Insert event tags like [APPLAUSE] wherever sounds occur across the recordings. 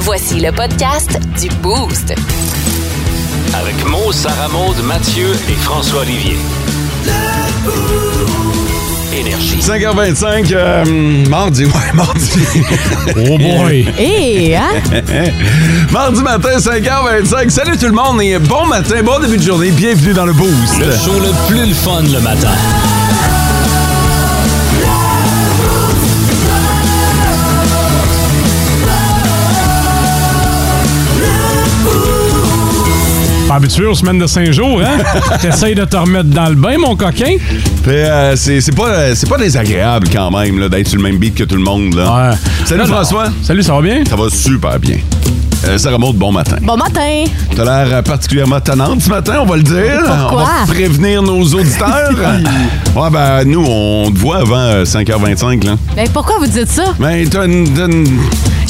Voici le podcast du Boost. Avec Mo, Sarah Maud, Mathieu et François Olivier. Énergie. 5h25, euh, mardi, ouais, [LAUGHS] mardi. Oh boy! Et hein? [LAUGHS] mardi matin, 5h25. Salut tout le monde et bon matin, bon début de journée. Bienvenue dans le Boost. Le show le plus le fun le [LAUGHS] matin. Pas habitué aux semaines de [LAUGHS] Saint-Jour, hein? T'essayes de te remettre dans le bain, mon coquin? Puis, euh, c'est c'est pas, euh, c'est pas désagréable quand même là, d'être sur le même beat que tout le monde. Là. Ouais. Salut Non, non. François. Salut, ça va bien? Ça va super bien. Euh, Sarah Maud, bon matin. Bon matin! T'as l'air euh, particulièrement tannante ce matin, on va le dire. On Pourquoi? va prévenir nos [LAUGHS] auditeurs. ouais, ben nous, on te voit avant euh, 5h25. Là. Mais Ben, pourquoi vous dites ça? Mais t'as une- t'as une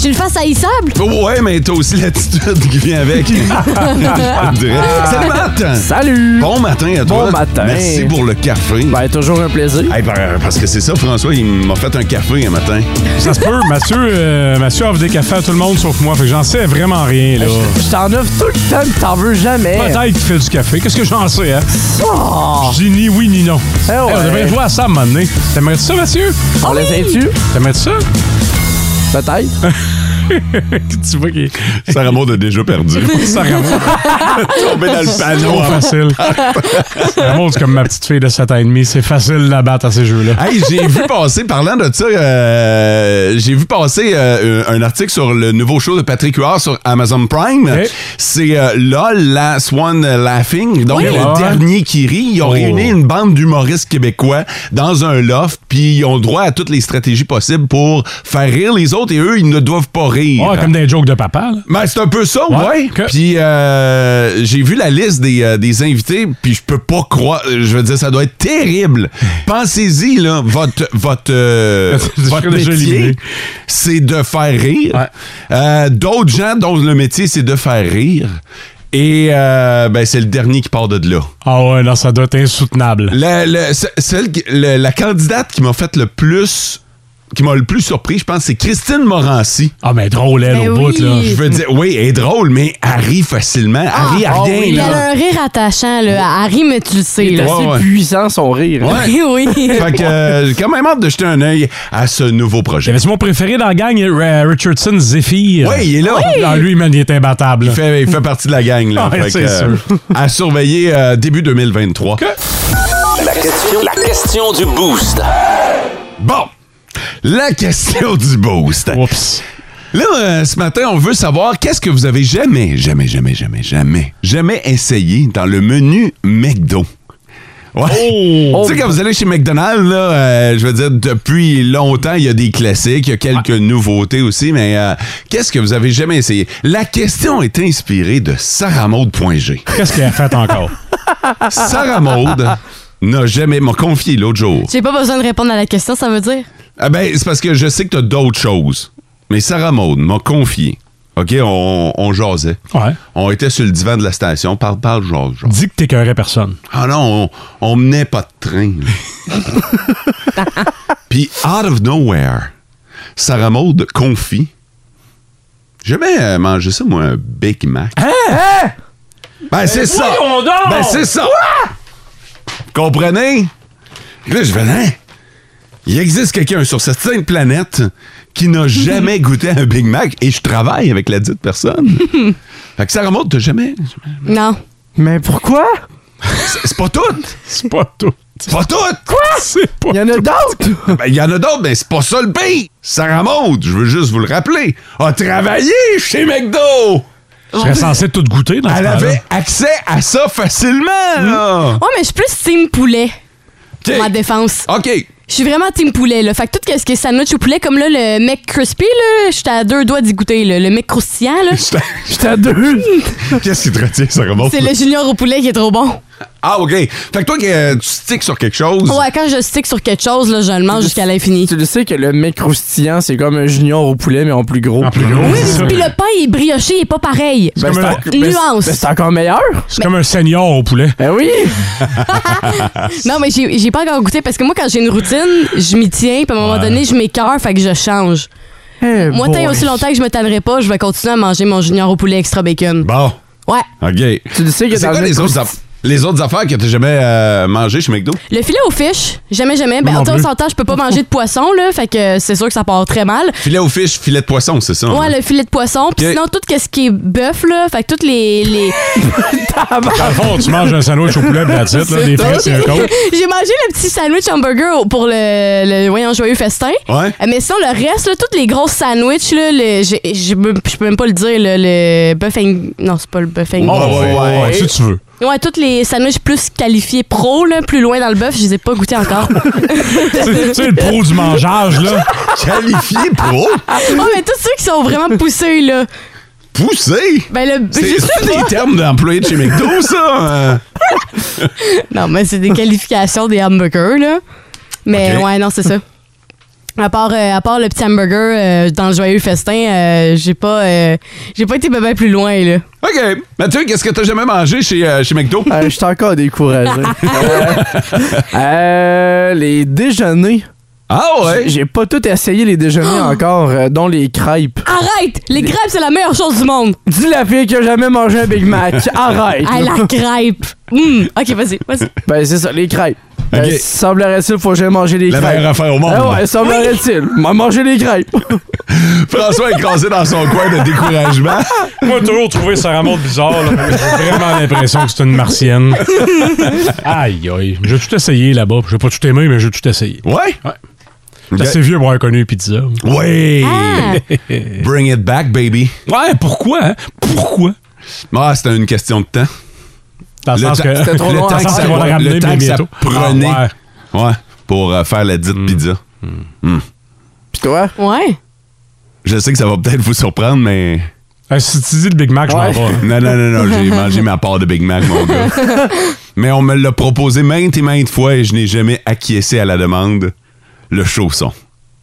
J'ai une face haïssable? Ouais, mais t'as aussi l'attitude qui vient [LAUGHS] avec. Je te dirais. Salut Matt! Salut! Bon matin à toi. Bon matin. Merci pour le café. Ben, toujours un plaisir. Hey, par- parce que c'est ça, François, il m'a fait un café un matin. Ça se peut, Mathieu, euh, Mathieu offre des cafés à tout le monde sauf moi, fait que j'en sais vraiment rien, là. Je t'en offre tout le temps, pis t'en veux jamais. Peut-être qu'il fait du café, qu'est-ce que j'en sais, hein? Oh, Je dis ni oui ni non. Eh ouais. Hey, on devrait jouer à ça à un moment donné. T'aimerais ça, Mathieu? on l'essaye-tu? T'aimerais ça? Peut-être. [LAUGHS] tu vois qu'il est Sarah Maud a déjà perdu. [LAUGHS] ça [LAUGHS] tombé dans le panneau. trop [LAUGHS] facile. Vraiment, c'est comme ma petite fille de 7 ans et demi, c'est facile de la battre à ces jeux-là. Hey, j'ai vu passer, parlant de ça, euh, j'ai vu passer euh, un article sur le nouveau show de Patrick Huard sur Amazon Prime. Ok. C'est euh, LOL, la Swan Laughing, donc Oui. le Ouais. dernier qui rit. Ils ont Oh. réuni une bande d'humoristes québécois dans un loft, puis ils ont droit à toutes les stratégies possibles pour faire rire les autres, et eux, ils ne doivent pas rire. Ah, comme des jokes de papa, là. Ben, c'est un peu ça, ouais. Ouais, ok. Puis euh, j'ai vu la liste des, euh, des invités, puis je peux pas croire. euh, Je veux dire, ça doit être terrible. Pensez-y, là, votre votre, euh, [LAUGHS] Je votre serais déjà métier, éliminé. c'est de faire rire. Ouais. Euh, D'autres gens dont le métier, c'est de faire rire. Et euh, ben, c'est le dernier qui part de là. Ah ouais, non, ça doit être insoutenable. La, la- ce- celle qui- le- la candidate qui m'a fait le plus, qui m'a le plus surpris, je pense, c'est Christine Morancy. Ah, mais drôle, elle, Ben au bout, oui. là. Je veux dire, oui, elle est drôle, mais elle rit facilement. Elle rit à ah rien, oui, Il là. a un rire attachant, là. Harry, mais tu le sais, C'est là. assez ouais. puissant, son rire. Ouais. [LAUGHS] Oui, oui. Fait que [LAUGHS] euh, j'ai quand même hâte de jeter un œil à ce nouveau projet. J'avais mon préféré dans la gang, euh, Richardson Zephyr. Oui, il est là. Ah, lui, man, il est imbattable. Il fait, il fait partie de la gang, là. Ouais, Fait que, c'est euh, à surveiller euh, début 2023. La question, la question du boost. Bon, la question du boost. Oups. Là, euh, ce matin, on veut savoir qu'est-ce que vous avez jamais, jamais, jamais, jamais, jamais, jamais essayé dans le menu McDo. Ouais. Oh! [LAUGHS] Tu sais, quand vous allez chez McDonald's, là, euh, je veux dire, depuis longtemps, il y a des classiques, il y a Ah. quelques nouveautés aussi, mais euh, qu'est-ce que vous avez jamais essayé? La question est inspirée de sarahmaude.g. Qu'est-ce qu'elle a fait encore? [LAUGHS] Sarah Maud n'a jamais, m'a confié l'autre jour. J'ai pas besoin de répondre à la question, ça veut dire? Ah ben, c'est parce que je sais que t'as d'autres choses. Mais Sarah Maud m'a confié. OK, on, on jasait. Ouais. On était sur le divan de la station. Parle, parle, jase, jase. Dis que t'écœurais personne. Ah non, on, on menait pas de train. [LAUGHS] là. Puis, out of nowhere, Sarah Maud confie. J'ai jamais euh, mangé ça, moi, un Big Mac. Ben, c'est ça! Hein? voyons donc! Ben, c'est ça! [LAUGHS] Comprenez? Là, je venais. Il existe quelqu'un sur cette sainte planète [LAUGHS] qui n'a jamais goûté à un Big Mac et je travaille avec la dite [LAUGHS] personne. fait que Sarah Maud, t'as jamais. Non. Mais pourquoi? C'est c'est pas tout! C'est pas tout. C'est pas tout! Quoi? C'est pas Il y en a d'autres! [LAUGHS] Ben, il y en a d'autres, mais c'est pas ça le pire. Sarah Maud, je veux juste vous le rappeler, a travaillé chez McDo. Je serais censé tout goûter dans ce Elle temps-là. avait accès à ça facilement, là. Ouais, mais je suis plus team poulet, pour ma défense. OK. Je suis vraiment team poulet, là. Fait que tout ce qui est sandwich au poulet, comme là, le mec crispy, là, j'étais à deux doigts d'y goûter, là. Le mec croustillant, Ben, là. J'étais à deux! Qu'est-ce qui te retient, Sarah Maud? C'est le junior au poulet qui est trop bon. Ah, OK. Fait que toi, que, tu sticks sur quelque chose. Ouais, quand je stick sur quelque chose, là, je le mange jusqu'à l'infini. Tu le sais que le mec croustillant, c'est comme un junior au poulet, mais en plus gros. En plus gros, Ben, c'est [LAUGHS] ça. Puis le pain est brioché, il est pas pareil. c'est comme en- un- ben, c'est- Nuance. ben, c'est encore meilleur! C'est [LAUGHS] comme un senior au poulet. Ben oui! Non, mais j'ai j'ai pas encore goûté parce que moi, quand j'ai une routine, je m'y tiens, puis à un moment donné, je m'écœure, fait que je change. Eh, Moi, boy. tant et aussi longtemps que je me tannerai pas, je vais continuer à manger mon junior au poulet extra bacon. Bon, Ouais. OK. Tu le sais que C'est dans quoi le les autres, Mc- aff- les autres affaires que t'as jamais euh, mangées chez McDo? Le filet aux fiches, jamais, jamais. Ben, Moi non on plus. s'entend, je peux pas manger de poisson, là. Fait que c'est sûr que ça part très mal. Filet aux fiches, filet de poisson, c'est ça? hein? Ouais, le filet de poisson. Puis Ok. sinon, tout ce qui est bœuf, là. Fait que toutes les. [LAUGHS] les- [LAUGHS] Dans le fond, tu manges un sandwich au poulet, that's it, là, des frites et un coke. [LAUGHS] J'ai mangé le petit sandwich hamburger au- pour le, le voyons, joyeux festin. Ouais. Euh, Mais sinon, le reste, là, toutes les grosses sandwichs, là, le- j'ai- j'ai- je peux même pas le dire, là, le buff and- Non, c'est pas le buff and- Oh, ouais, ouais, ouais. si tu veux. Ouais, toutes les sandwichs plus qualifiés pro, là, plus loin dans le bœuf, je les ai pas goûtés [LAUGHS] encore. Tu sais, tu sais, le pro du mangeage, là. Qualifié pro? oh, mais tous ceux qui sont vraiment poussés, là. Poussé? Ben, le. C'est je sais c'est pas. des termes d'employés de chez McDo, ça? euh? [LAUGHS] Non, mais c'est des qualifications des hamburgers, là. Mais Ok. ouais, non, c'est ça. À part, euh, à part le petit hamburger euh, dans le joyeux festin, euh, j'ai pas, euh, j'ai pas été bien plus loin, là. OK. Mathieu, qu'est-ce que t'as jamais mangé chez, euh, chez McDo? Euh, je suis encore découragé. Euh, les déjeuners. Ah J'ai- ouais? J'ai pas tout essayé les déjeuners encore, euh, dont les crêpes. Arrête! Les crêpes, c'est la meilleure chose du monde! Dis la fille qui a jamais mangé un Big [LAUGHS] Mac. Arrête. Ah, la crêpe! Hum! Ok, vas-y, vas-y. Ben, c'est ça, les crêpes. Ben, Ok. semblerait-il, faut que j'aille manger les La meilleure crêpes. affaire au monde. Ah ouais, semblerait-il. M'a mangé les crêpes. François est écrasé dans son coin de découragement. Moi, j'ai toujours trouvé Sarah Maud bizarre. Oh, là. J'ai vraiment l'impression que c'est une martienne. Aïe, aïe. J'ai tout essayé là-bas. J'ai pas tout aimé, mais j'ai tout essayé. Ouais? Ouais. T'es assez vieux pour avoir connu pizza. Ouais! Ah. Bring it back, baby. Ouais, pourquoi? hein? Pourquoi? Ah, c'était une question de temps. Dans le, sens temps- que. c'était trop le long à temps faire. que ça Ils vont va la ramener, le temps mais que ça bientôt. prenait Ah, ouais. Hmm. ouais, pour euh, faire la dite pizza. Hmm. Pis toi? Ouais. Je sais que ça va peut-être vous surprendre, mais... Ah, si tu dis le Big Mac, je m'en Ouais. vais. hein. Non, non, non, non, j'ai mangé ma part de Big Mac, Oh, mon gars. Mais on me l'a proposé maintes et maintes fois et je n'ai jamais acquiescé à la demande. Le chausson.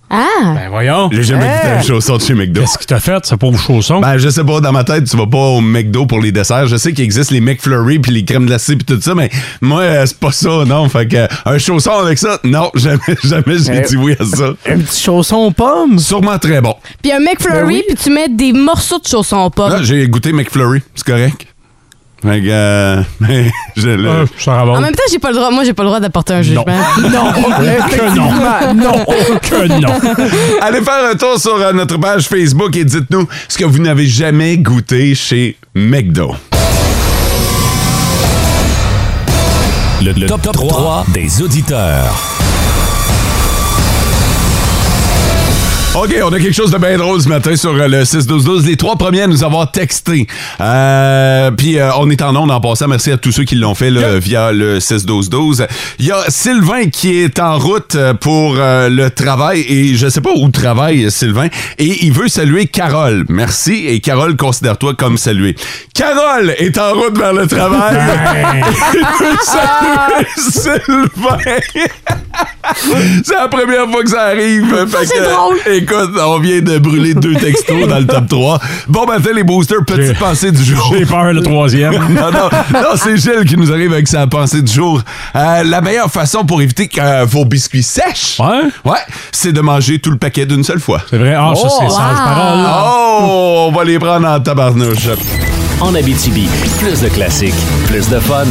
Ah! Ben voyons. J'ai jamais goûté un chausson de chez McDo. Qu'est-ce qu'il t'a fait, ce pauvre chausson? Ben, je sais pas, dans ma tête, tu vas pas au McDo pour les desserts. Je sais qu'il existe les McFlurry puis les crèmes glacées puis tout ça, mais moi, euh, c'est pas ça, non. Fait que, euh, un chausson avec ça, non, [LAUGHS] jamais, jamais j'ai Eh. dit oui à ça. Un petit chausson aux pommes? Sûrement très bon. Puis un McFlurry, Ben oui. puis tu mets des morceaux de chaussons au Là, pomme. j'ai goûté McFlurry, c'est correct. Fait que, euh, [LAUGHS] mais je le- Euh, Sarah Maud. En même temps, j'ai pas le droit. Moi, j'ai pas le droit d'apporter un jugement. [LAUGHS] Non, Que non. effectivement, non. Oh, que non. [LAUGHS] Allez faire un tour sur euh, notre page Facebook et dites-nous ce que vous n'avez jamais goûté chez McDo. Le, top, 3, des auditeurs. OK, on a quelque chose de bien drôle ce matin sur euh, le 6-12-12. Les trois premiers à nous avoir texté. Euh, Puis euh, on est en onde en passant. Merci à tous ceux qui l'ont fait là, via le 6-12-12. Il y a Sylvain qui est en route euh, pour euh, le travail. Et je sais pas où travaille euh, Sylvain. Et il veut saluer Carole. Merci. Et Carole, considère-toi comme saluée. Carole est en route vers le travail. [LAUGHS] Il veut saluer Sylvain. [LAUGHS] C'est [LAUGHS] la première fois [LAUGHS] que ça [LAUGHS] arrive. Fait C'est que, drôle. Écoute, on vient de brûler deux textos dans le top 3. Bon matin, les boosters, J'ai- petite pensée du jour. J'ai peur, le troisième. [LAUGHS] Non, non, non, c'est Gilles qui nous arrive avec sa pensée du jour. Euh, la meilleure façon pour éviter que euh, vos biscuits sèchent, Ouais? ouais, c'est de manger tout le paquet d'une seule fois. C'est vrai. Ah, ça, c'est Oh, sage wow. parole. Oh, on va les prendre en tabarnouche. En Abitibi, plus de classiques, plus de fun.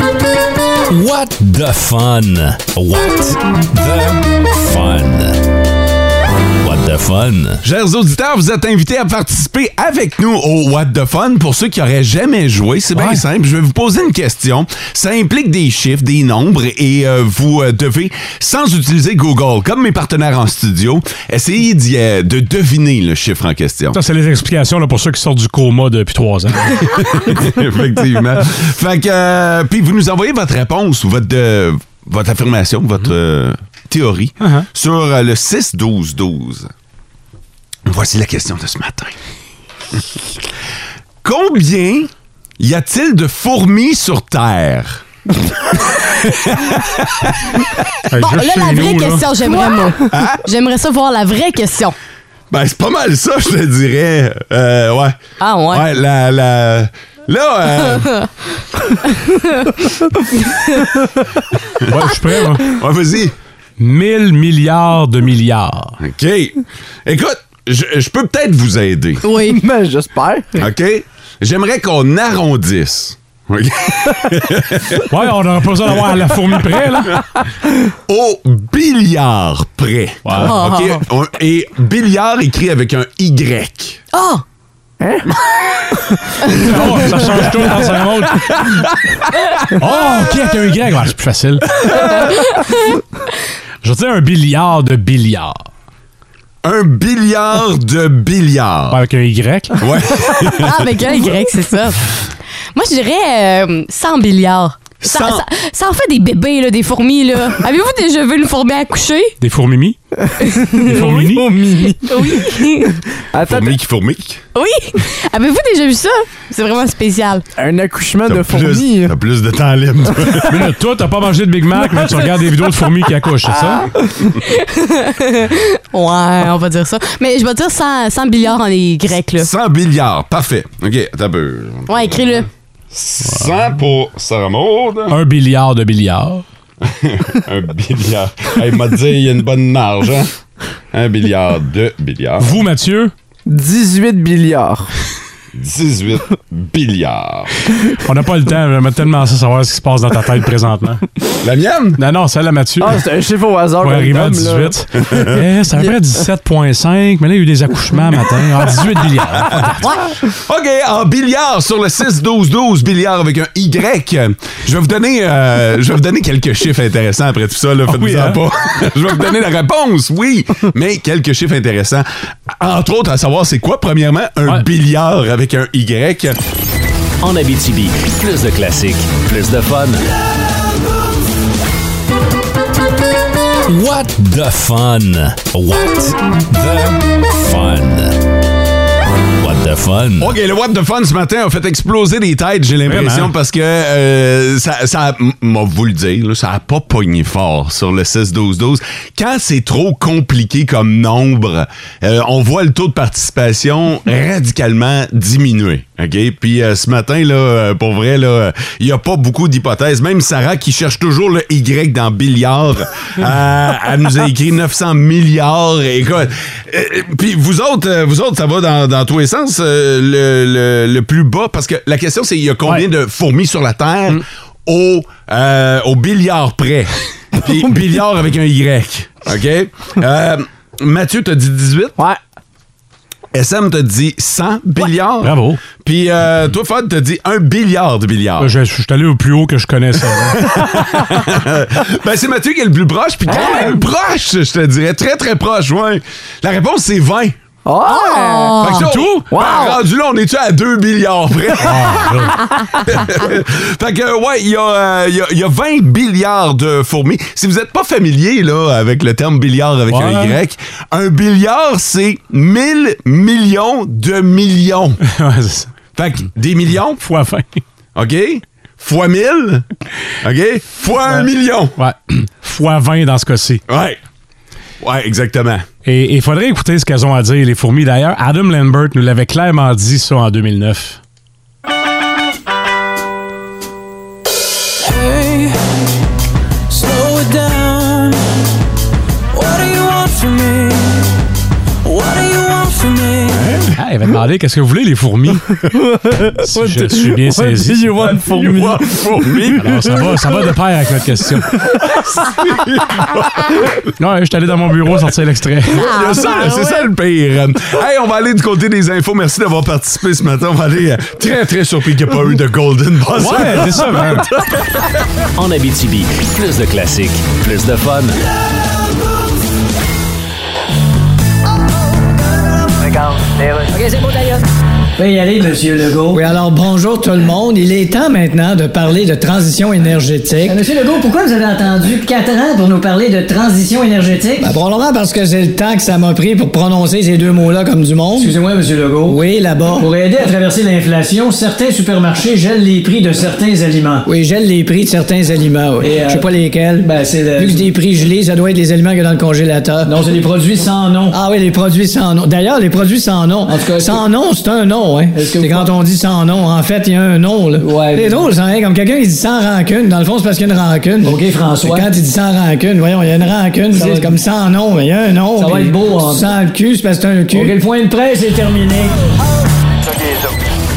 What the fun? What the fun? What the fun? Chers auditeurs, vous êtes invités à participer avec nous au What the Fun. Pour ceux qui auraient jamais joué, c'est bien Ouais. simple. Je vais vous poser une question. Ça implique des chiffres, des nombres et euh, vous euh, devez, sans utiliser Google, comme mes partenaires en studio, essayer d'y, euh, de deviner le chiffre en question. Ça, c'est les explications là, pour ceux qui sortent du coma depuis trois [LAUGHS] ans. [LAUGHS] Effectivement. Fait que, euh, puis vous nous envoyez votre réponse ou votre, euh, votre affirmation, votre euh, théorie Uh-huh. sur euh, le 6-12-12. Voici la question de ce matin. [LAUGHS] Combien y a-t-il de fourmis sur Terre? Hey, Bon, juste là, la chez vraie nous, là. question, j'aimerais, moi. J'aimerais ça voir la vraie question. Ben, c'est pas mal ça, je te dirais. Euh, ouais. Ah, ouais. Ouais, la. la... [LAUGHS] Là, euh, Ouais, je suis prêt. là. ouais, vas-y. 1000 milliards de milliards. OK. Écoute, je, je peux peut-être vous aider. [LAUGHS] Oui. Ben, Mais j'espère. OK? J'aimerais qu'on arrondisse. [LAUGHS] OK? Ouais, on n'aurait pas besoin d'avoir à la fourmi près, là. Au billard près. Wow. OK? Ah. On- et billard écrit avec un Y. Ah! Hein? [LAUGHS] Oh, ça change tout dans un autre. Oh, OK, avec un Y. Ouais, c'est [LAUGHS] plus facile. Je veux dire un milliard de milliards. Un billard de billard. Pas avec un Y, là. Ouais. Ah, avec [LAUGHS] un Y, c'est ça. Moi, je dirais euh, 100 milliards. Ça, Cent. ça- ça en fait des bébés, là, des fourmis. [LAUGHS] là. Avez-vous déjà vu une fourmi accoucher? [LAUGHS] Des fourmimi? Des fourmini? Oui. Attends, Fourmique, fourmique. oui. Avez-vous déjà vu ça? C'est vraiment spécial. un accouchement de T'as fourmi. plus, t'as plus de temps libre. toi. [LAUGHS] Mais là, toi, t'as pas mangé de Big Mac, mais tu regardes des vidéos de fourmis qui accouchent, c'est Ah. ça? Ouais, on va dire ça. Mais je vais dire 100, 100 milliards en les Grecs, là. 100 milliards. Parfait. OK, attends un peu. Ouais, écris-le. 100 pour Sarah Maud. Un milliard de milliards. [LAUGHS] Un billard. Hey, m'a dit, il y a une bonne marge. hein? Un milliard, deux milliards. Vous, Mathieu, 18 milliards. 18 milliards. on n'a pas le temps, j'aimerais tellement ça savoir ce qui se passe dans ta tête présentement. La mienne? Non, non, celle à Mathieu. Ah, c'est un chiffre au hasard. pour arriver à random, là. 18. Eh, c'est à peu près 17,5, mais là, il y a eu des accouchements matin. Ah, 18 milliards. OK, en billard sur le 6-12-12, billard avec un Y. Je vais vous donner, euh, je vais vous donner quelques chiffres intéressants après tout ça. Là, faites-vous oui, en hein? pas. [LAUGHS] je vais vous donner la réponse, oui, mais quelques chiffres intéressants. Entre autres, à savoir, c'est quoi, premièrement, un Ouais. billard avec un Y? En Abitibi, plus de classiques, plus de fun. What the fun? What the [LAUGHS] fun? What the fun? OK, le What the Fun ce matin a fait exploser des têtes, j'ai l'impression, Vraiment? parce que euh, ça, ça m- m'a vous le dire, là, ça a pas pogné fort sur le 6-12-12. Quand c'est trop compliqué comme nombre, euh, on voit le taux de participation radicalement diminuer. OK? Puis euh, ce matin, là, euh, pour vrai, là, il n'y a pas beaucoup d'hypothèses. Même Sarah, qui cherche toujours le Y dans billard, euh, elle nous a écrit 900 milliards. Écoute, euh, puis vous autres, euh, vous autres, ça va dans, dans tous les sens. euh, le, le- le plus bas, parce que la question, c'est il y a combien de fourmis sur la Terre Mm. au, euh, au billard [LAUGHS] près? Puis billard avec un Y. OK? Euh, Mathieu, t'as dit 18? Ouais. SM t'a dit 100 milliards. Bravo. Ben, Puis euh, toi, Fod, t'as dit 1 milliard de milliards. Je, je suis allé au plus haut que je connaissais. là. [LAUGHS] Ben, c'est Mathieu qui est le plus proche, puis quand même proche, je te dirais. Très, très proche, ouais. La réponse, c'est 20. Ah! Fait que ça, tout? on- ben, rendu là, on est-tu à 2 milliards près? Ah, [LAUGHS] fait que, ouais, il y, a, euh, il y a- il y a 20 milliards de fourmis. Si vous n'êtes pas familier là, avec le terme milliard avec un Ouais. Y, un milliard, c'est 1000 millions de millions. [LAUGHS] Ouais, c'est ça. Fait que des millions, Fois fin. OK? Fois 1000, OK? Fois un million. Ouais. [CLEARS THROAT] Fois 20 dans ce cas-ci. Ouais. Ouais, exactement. Et il faudrait écouter ce qu'elles ont à dire, les fourmis. D'ailleurs, Adam Lambert nous l'avait clairement dit ça en 2009. Hey, slow it down. What do you want from me? What do you want from me? Ah, il avait demandé qu'est-ce que vous voulez, les fourmis. Si je suis bien saisi. Do you want fourmi? Alors, ça va, ça va de pair avec notre question. Non, je suis allé dans mon bureau sortir l'extrait. [LAUGHS] Il y a ça, Ben c'est ça le pire. Euh, Hey, on va aller du côté des infos. Merci d'avoir participé ce matin. On va aller euh, très, très surpris qu'il n'y ait pas eu de Golden Buzzer. Ouais, c'est ça, [LAUGHS] man. [LAUGHS] En Abitibi, plus de classiques, plus de fun. Oui, allez, Monsieur Legault. Oui, alors bonjour tout le monde. Il est temps maintenant de parler de transition énergétique. Euh, Monsieur Legault, pourquoi vous avez attendu quatre ans pour nous parler de [LAUGHS] transition énergétique? Ben, probablement parce que c'est le temps que ça m'a pris pour prononcer ces deux mots-là comme du monde. Excusez-moi, Monsieur Legault. Oui, là-bas. Pour aider à traverser l'inflation, certains supermarchés gèlent les prix de certains aliments. Oui, gèlent les prix de certains aliments, oui. Je sais pas lesquels. Ben, c'est Vu que c'est des prix gelés, ça doit être les aliments qu'il y a dans le congélateur. Non, c'est des produits sans nom. Ah oui, les produits sans nom. D'ailleurs, les produits sans nom. En tout cas, sans nom, c'est un nom. nom, hein? C'est quand on dit sans nom. En fait, il y a un nom, là. c'est drôle, ça, hein? Comme quelqu'un qui dit sans rancune. Dans le fond, c'est parce qu'il y a une rancune. OK, François. Quand il dit sans rancune, voyons, il y a une rancune. C'est comme sans nom, mais il y a un nom. Ça va être beau, Sans le cul, c'est parce que c'est un cul. OK, le point de presse est terminé.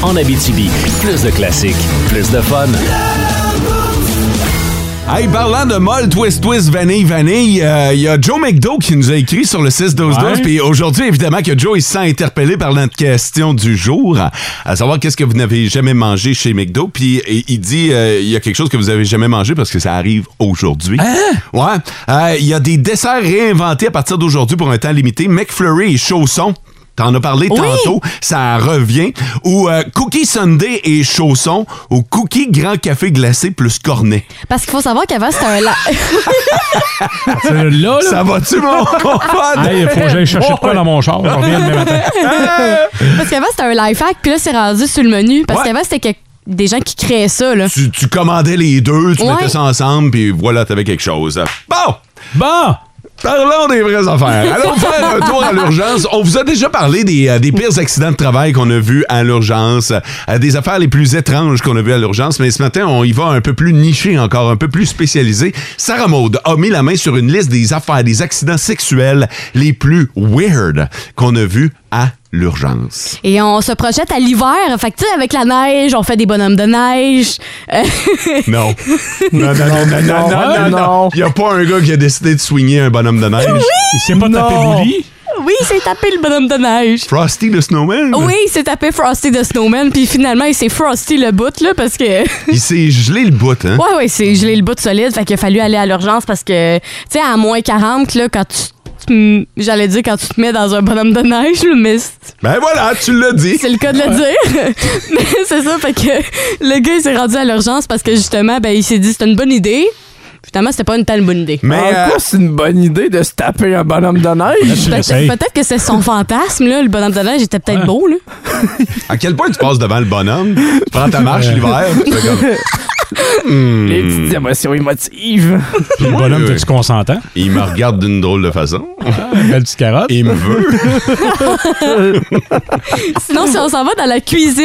En Abitibi, plus de classiques, plus de fun. Hey, parlant de molle, twist, twist, vanille, vanille, euh, il y a Joe McDo qui nous a écrit sur le 6-12-12. Ouais. Puis aujourd'hui, évidemment, que Joe, il se sent interpellé par notre question du jour, à savoir qu'est-ce que vous n'avez jamais mangé chez McDo. Puis et- il dit, euh, il y a quelque chose que vous avez jamais mangé parce que ça arrive aujourd'hui. Ouais. Euh, il y a des desserts réinventés à partir d'aujourd'hui pour un temps limité. McFlurry et Chausson. T'en as parlé tantôt, ça revient. Ou euh, Cookie Sunday et Chausson, ou Cookie Grand Café Glacé plus Cornet. Parce qu'il faut savoir qu'avant, c'était un... la- C'est là, là. Ça va-tu, [LAUGHS] mon Oh, fun? Hey, faut que j'aille chercher de quoi dans mon char. Je reviens demain matin. [LAUGHS] Parce qu'avant, c'était un life hack, puis là, c'est rendu sur le menu. Parce Ouais. qu'avant, c'était que- des gens qui créaient ça, là. Tu, tu commandais les deux, tu Ouais. mettais ça ensemble, puis voilà, t'avais quelque chose. Bon! Bon! Parlons des vraies affaires. Allons faire un tour à l'urgence. On vous a déjà parlé des, euh, des pires accidents de travail qu'on a vus à l'urgence, euh, des affaires les plus étranges qu'on a vues à l'urgence, mais ce matin, on y va un peu plus niché encore, un peu plus spécialisé. Sarah Maud a mis la main sur une liste des affaires, des accidents sexuels les plus weird qu'on a vus à l'urgence. Et on se projette à l'hiver. Fait que, tu sais, avec la neige, on fait des bonhommes de neige. Euh, [LAUGHS] Non. [LAUGHS] Non, non, non, non, non, Ah, non, non, non. Il n'y a pas un gars qui a décidé de soigner un bonhomme de neige. Il s'est pas tapé mon lit. oui, c'est tapé le bonhomme de neige. Frosty le Snowman? Oui, il s'est tapé Frosty the Snowman, puis finalement, il s'est Frosty le bout, là, parce que. Il s'est gelé le bout, hein? Ouais, ouais, c'est gelé le bout solide, fait qu'il a fallu aller à l'urgence parce que, tu sais, à moins 40, là, quand tu. tu- J'allais dire quand tu te mets dans un bonhomme de neige, là, mais c'est Ben voilà, tu l'as dit. c'est le cas de le dire. [LAUGHS] mais c'est ça, fait que le gars, il s'est rendu à l'urgence parce que justement, ben, il s'est dit, c'est une bonne idée. Finalement, c'était pas une telle bonne idée. Mais en euh, quoi [LAUGHS] c'est une bonne idée de se taper un bonhomme de neige? Tu Peut- l'essayes. Peut-être que c'est son fantasme, là, le bonhomme de neige était peut-être beau, là. à quel point tu passes devant le bonhomme, tu prends ta marche l'hiver, tu fais comme, hmm. Les petites émotions émotives. Puis le bonhomme, Ouais, t'as-tu qu'on s'entend? il me regarde d'une drôle de façon, Belle petite carotte. il [LAUGHS] me veut. Sinon, si on s'en va dans la cuisine,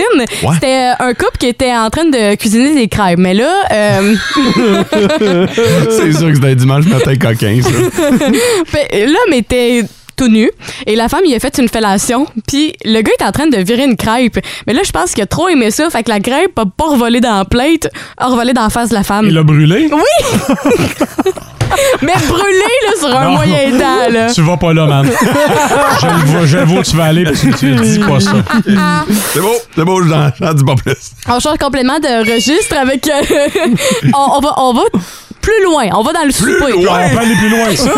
c'était euh, un couple qui était en train de cuisiner des crêpes. Mais là, euh, [LAUGHS] C'est sûr que c'est un dimanche matin coquin, ça. fait- Ben, l'homme était tout nu et la femme, il a fait une fellation. Puis le gars est en train de virer une crêpe. Mais là, je pense qu'il a trop aimé ça. Fait que la crêpe a pas revolé dans la plate, a revolé dans la face de la femme. Il l'a brûlé. [LAUGHS] [LAUGHS] Mais brûlé, là, sur un Non. moyen temps, là. Tu vas pas là, man. je le vois, je le vois, tu vas aller, puis tu, tu dis pas ça. C'est beau, c'est beau, j'en j'en dis pas plus. On change complètement de registre avec... euh, [LAUGHS] on, on va... On va plus loin, on va dans le souper. On peut aller plus loin que ça.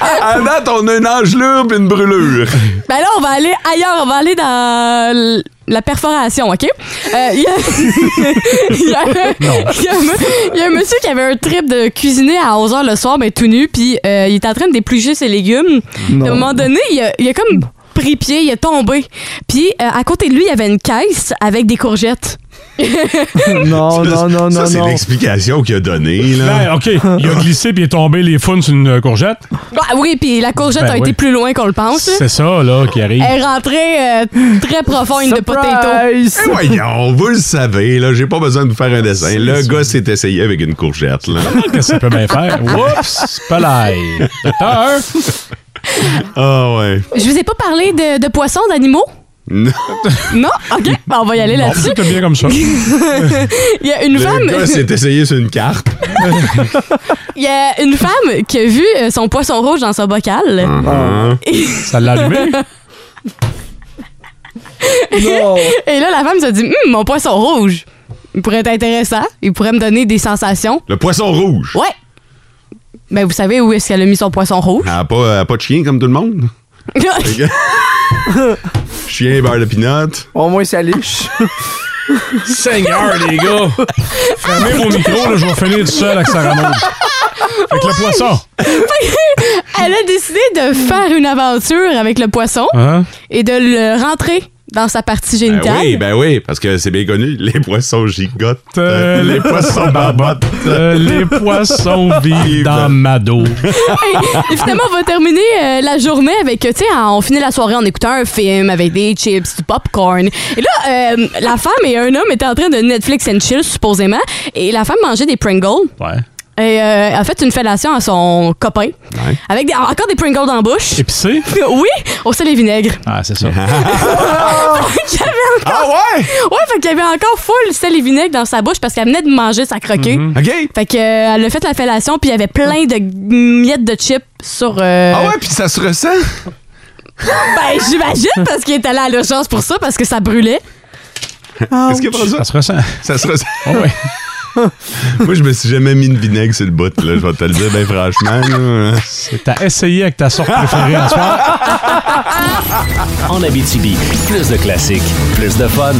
À date, on a une engelure puis une brûlure. [LAUGHS] Ben là, on va aller ailleurs. On va aller dans l- la perforation, OK? Euh, Il y, a- [LAUGHS] il y a un- il y a un mo- il y a un monsieur qui avait un trip de cuisiner à 11h le soir, mais tout nu, puis euh, il était en train d'éplucher ses légumes. À un moment donné, il a, il a comme pris pied, il est tombé. Puis euh, à côté de lui, il y avait une caisse avec des courgettes. [LAUGHS] Non, non, non, ça, non, c'est non. l'explication qu'il a donnée, là. Ben, OK, il a glissé, puis il est tombé les founes sur une euh, courgette. Ah oui, puis la courgette Ben a oui. été plus loin qu'on le pense. C'est ça, là, qui arrive. Elle est rentrée euh, très profonde de potato. Surprise! Eh, voyons, vous le savez, là, j'ai pas besoin de vous faire un dessin. Le gars s'est essayé avec une [LAUGHS] courgette, là. Qu'est-ce que ça peut bien faire? Oups, pas l'ail. Docteur, Ah ouais. Je vous ai pas parlé de, de poissons, [LAUGHS] d'animaux? Non. Non? OK, ben, on va y aller on là-dessus. peut bien comme ça. [LAUGHS] Il y a une Le gars femme, s'est essayé sur une carte. [LAUGHS] il y a une femme qui a vu euh, son poisson rouge dans son bocal. Ah. Ça l'a allumé. Non! [LAUGHS] Et là, la femme se dit, Hum, mon poisson rouge, il pourrait être intéressant. Il pourrait me donner des sensations. Le poisson rouge. Ouais. Ben, vous savez où est-ce qu'elle a mis son poisson rouge? Elle a Ah, pas, elle a pas de chien comme tout [LAUGHS] le monde. Chien, beurre de pinotte. Au moins, ça liche. Seigneur, les gars! Fermez vos micros, là, je vais finir tout seul avec Sarah Maud. Avec le poisson. Elle a décidé de faire une aventure avec le poisson Hein? et de le rentrer dans sa partie Ben génitale. oui, ben oui, parce que c'est bien connu, les poissons gigotent, Euh, les poissons barbotent. Euh, [LAUGHS] les poissons vivent dans ma dos. Hey, et finalement, on va terminer euh, la journée avec, euh, tu sais, on finit la soirée en écoutant un film avec des chips, du popcorn. Et là, euh, la femme et un homme étaient en train de Netflix and chill, supposément, et la femme mangeait des Pringles. Ouais. Et euh, a fait une fellation à son copain. Avec des- encore des Pringles dans la bouche. [LAUGHS] Épicé? Oui, au sel et vinaigre. Ah, c'est [LAUGHS] [LAUGHS] ça. Il y avait encore- Ah ouais? Ouais, fait qu'il y avait encore full sel et vinaigre dans sa bouche parce qu'elle venait de manger sa croquée. Mm-hmm. OK. Fait que euh, elle a fait la fellation puis il y avait plein de miettes de chips sur euh, Ah ouais, puis ça se ressent? Ah. [LAUGHS] ben j'imagine parce qu'il est allé à l'urgence pour ça parce que ça brûlait. Est-ce qu'il y a pas ça? Ça se ressent. Ça se ressent. Ah ouais. [LAUGHS] Moi, je me suis jamais mis de vinaigre sur le bout, là, je vais te le dire, ben franchement. là. T'as essayé avec ta sorte préférée en soir. En Abitibi, plus de classiques, plus de fun.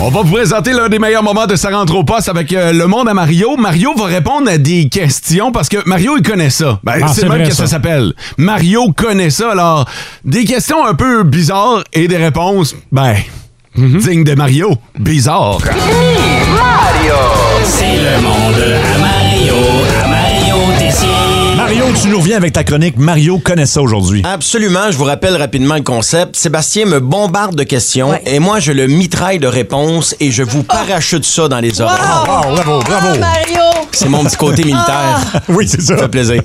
On va vous présenter l'un des meilleurs moments de sa rentre au poste avec euh, le monde à Mario. Mario va répondre à des questions parce que Mario, il connaît ça. Ben, Ah, c'est c'est même vrai, que ça ça. s'appelle. Mario connaît ça. Alors, des questions un peu bizarres et des réponses, ben, Mhm. dignes de Mario. Bizarre. C'est le monde à Mario, à Mario Tessier. Mario, tu nous reviens avec ta chronique Mario connaît ça aujourd'hui. Absolument, je vous rappelle rapidement le concept. Sébastien me bombarde de questions et moi je le mitraille de réponses et je vous parachute ça dans les oreilles. Wow, Ah, bravo, Ah, bravo. C'est mon petit côté militaire. Oui, c'est ça. Ça fait plaisir.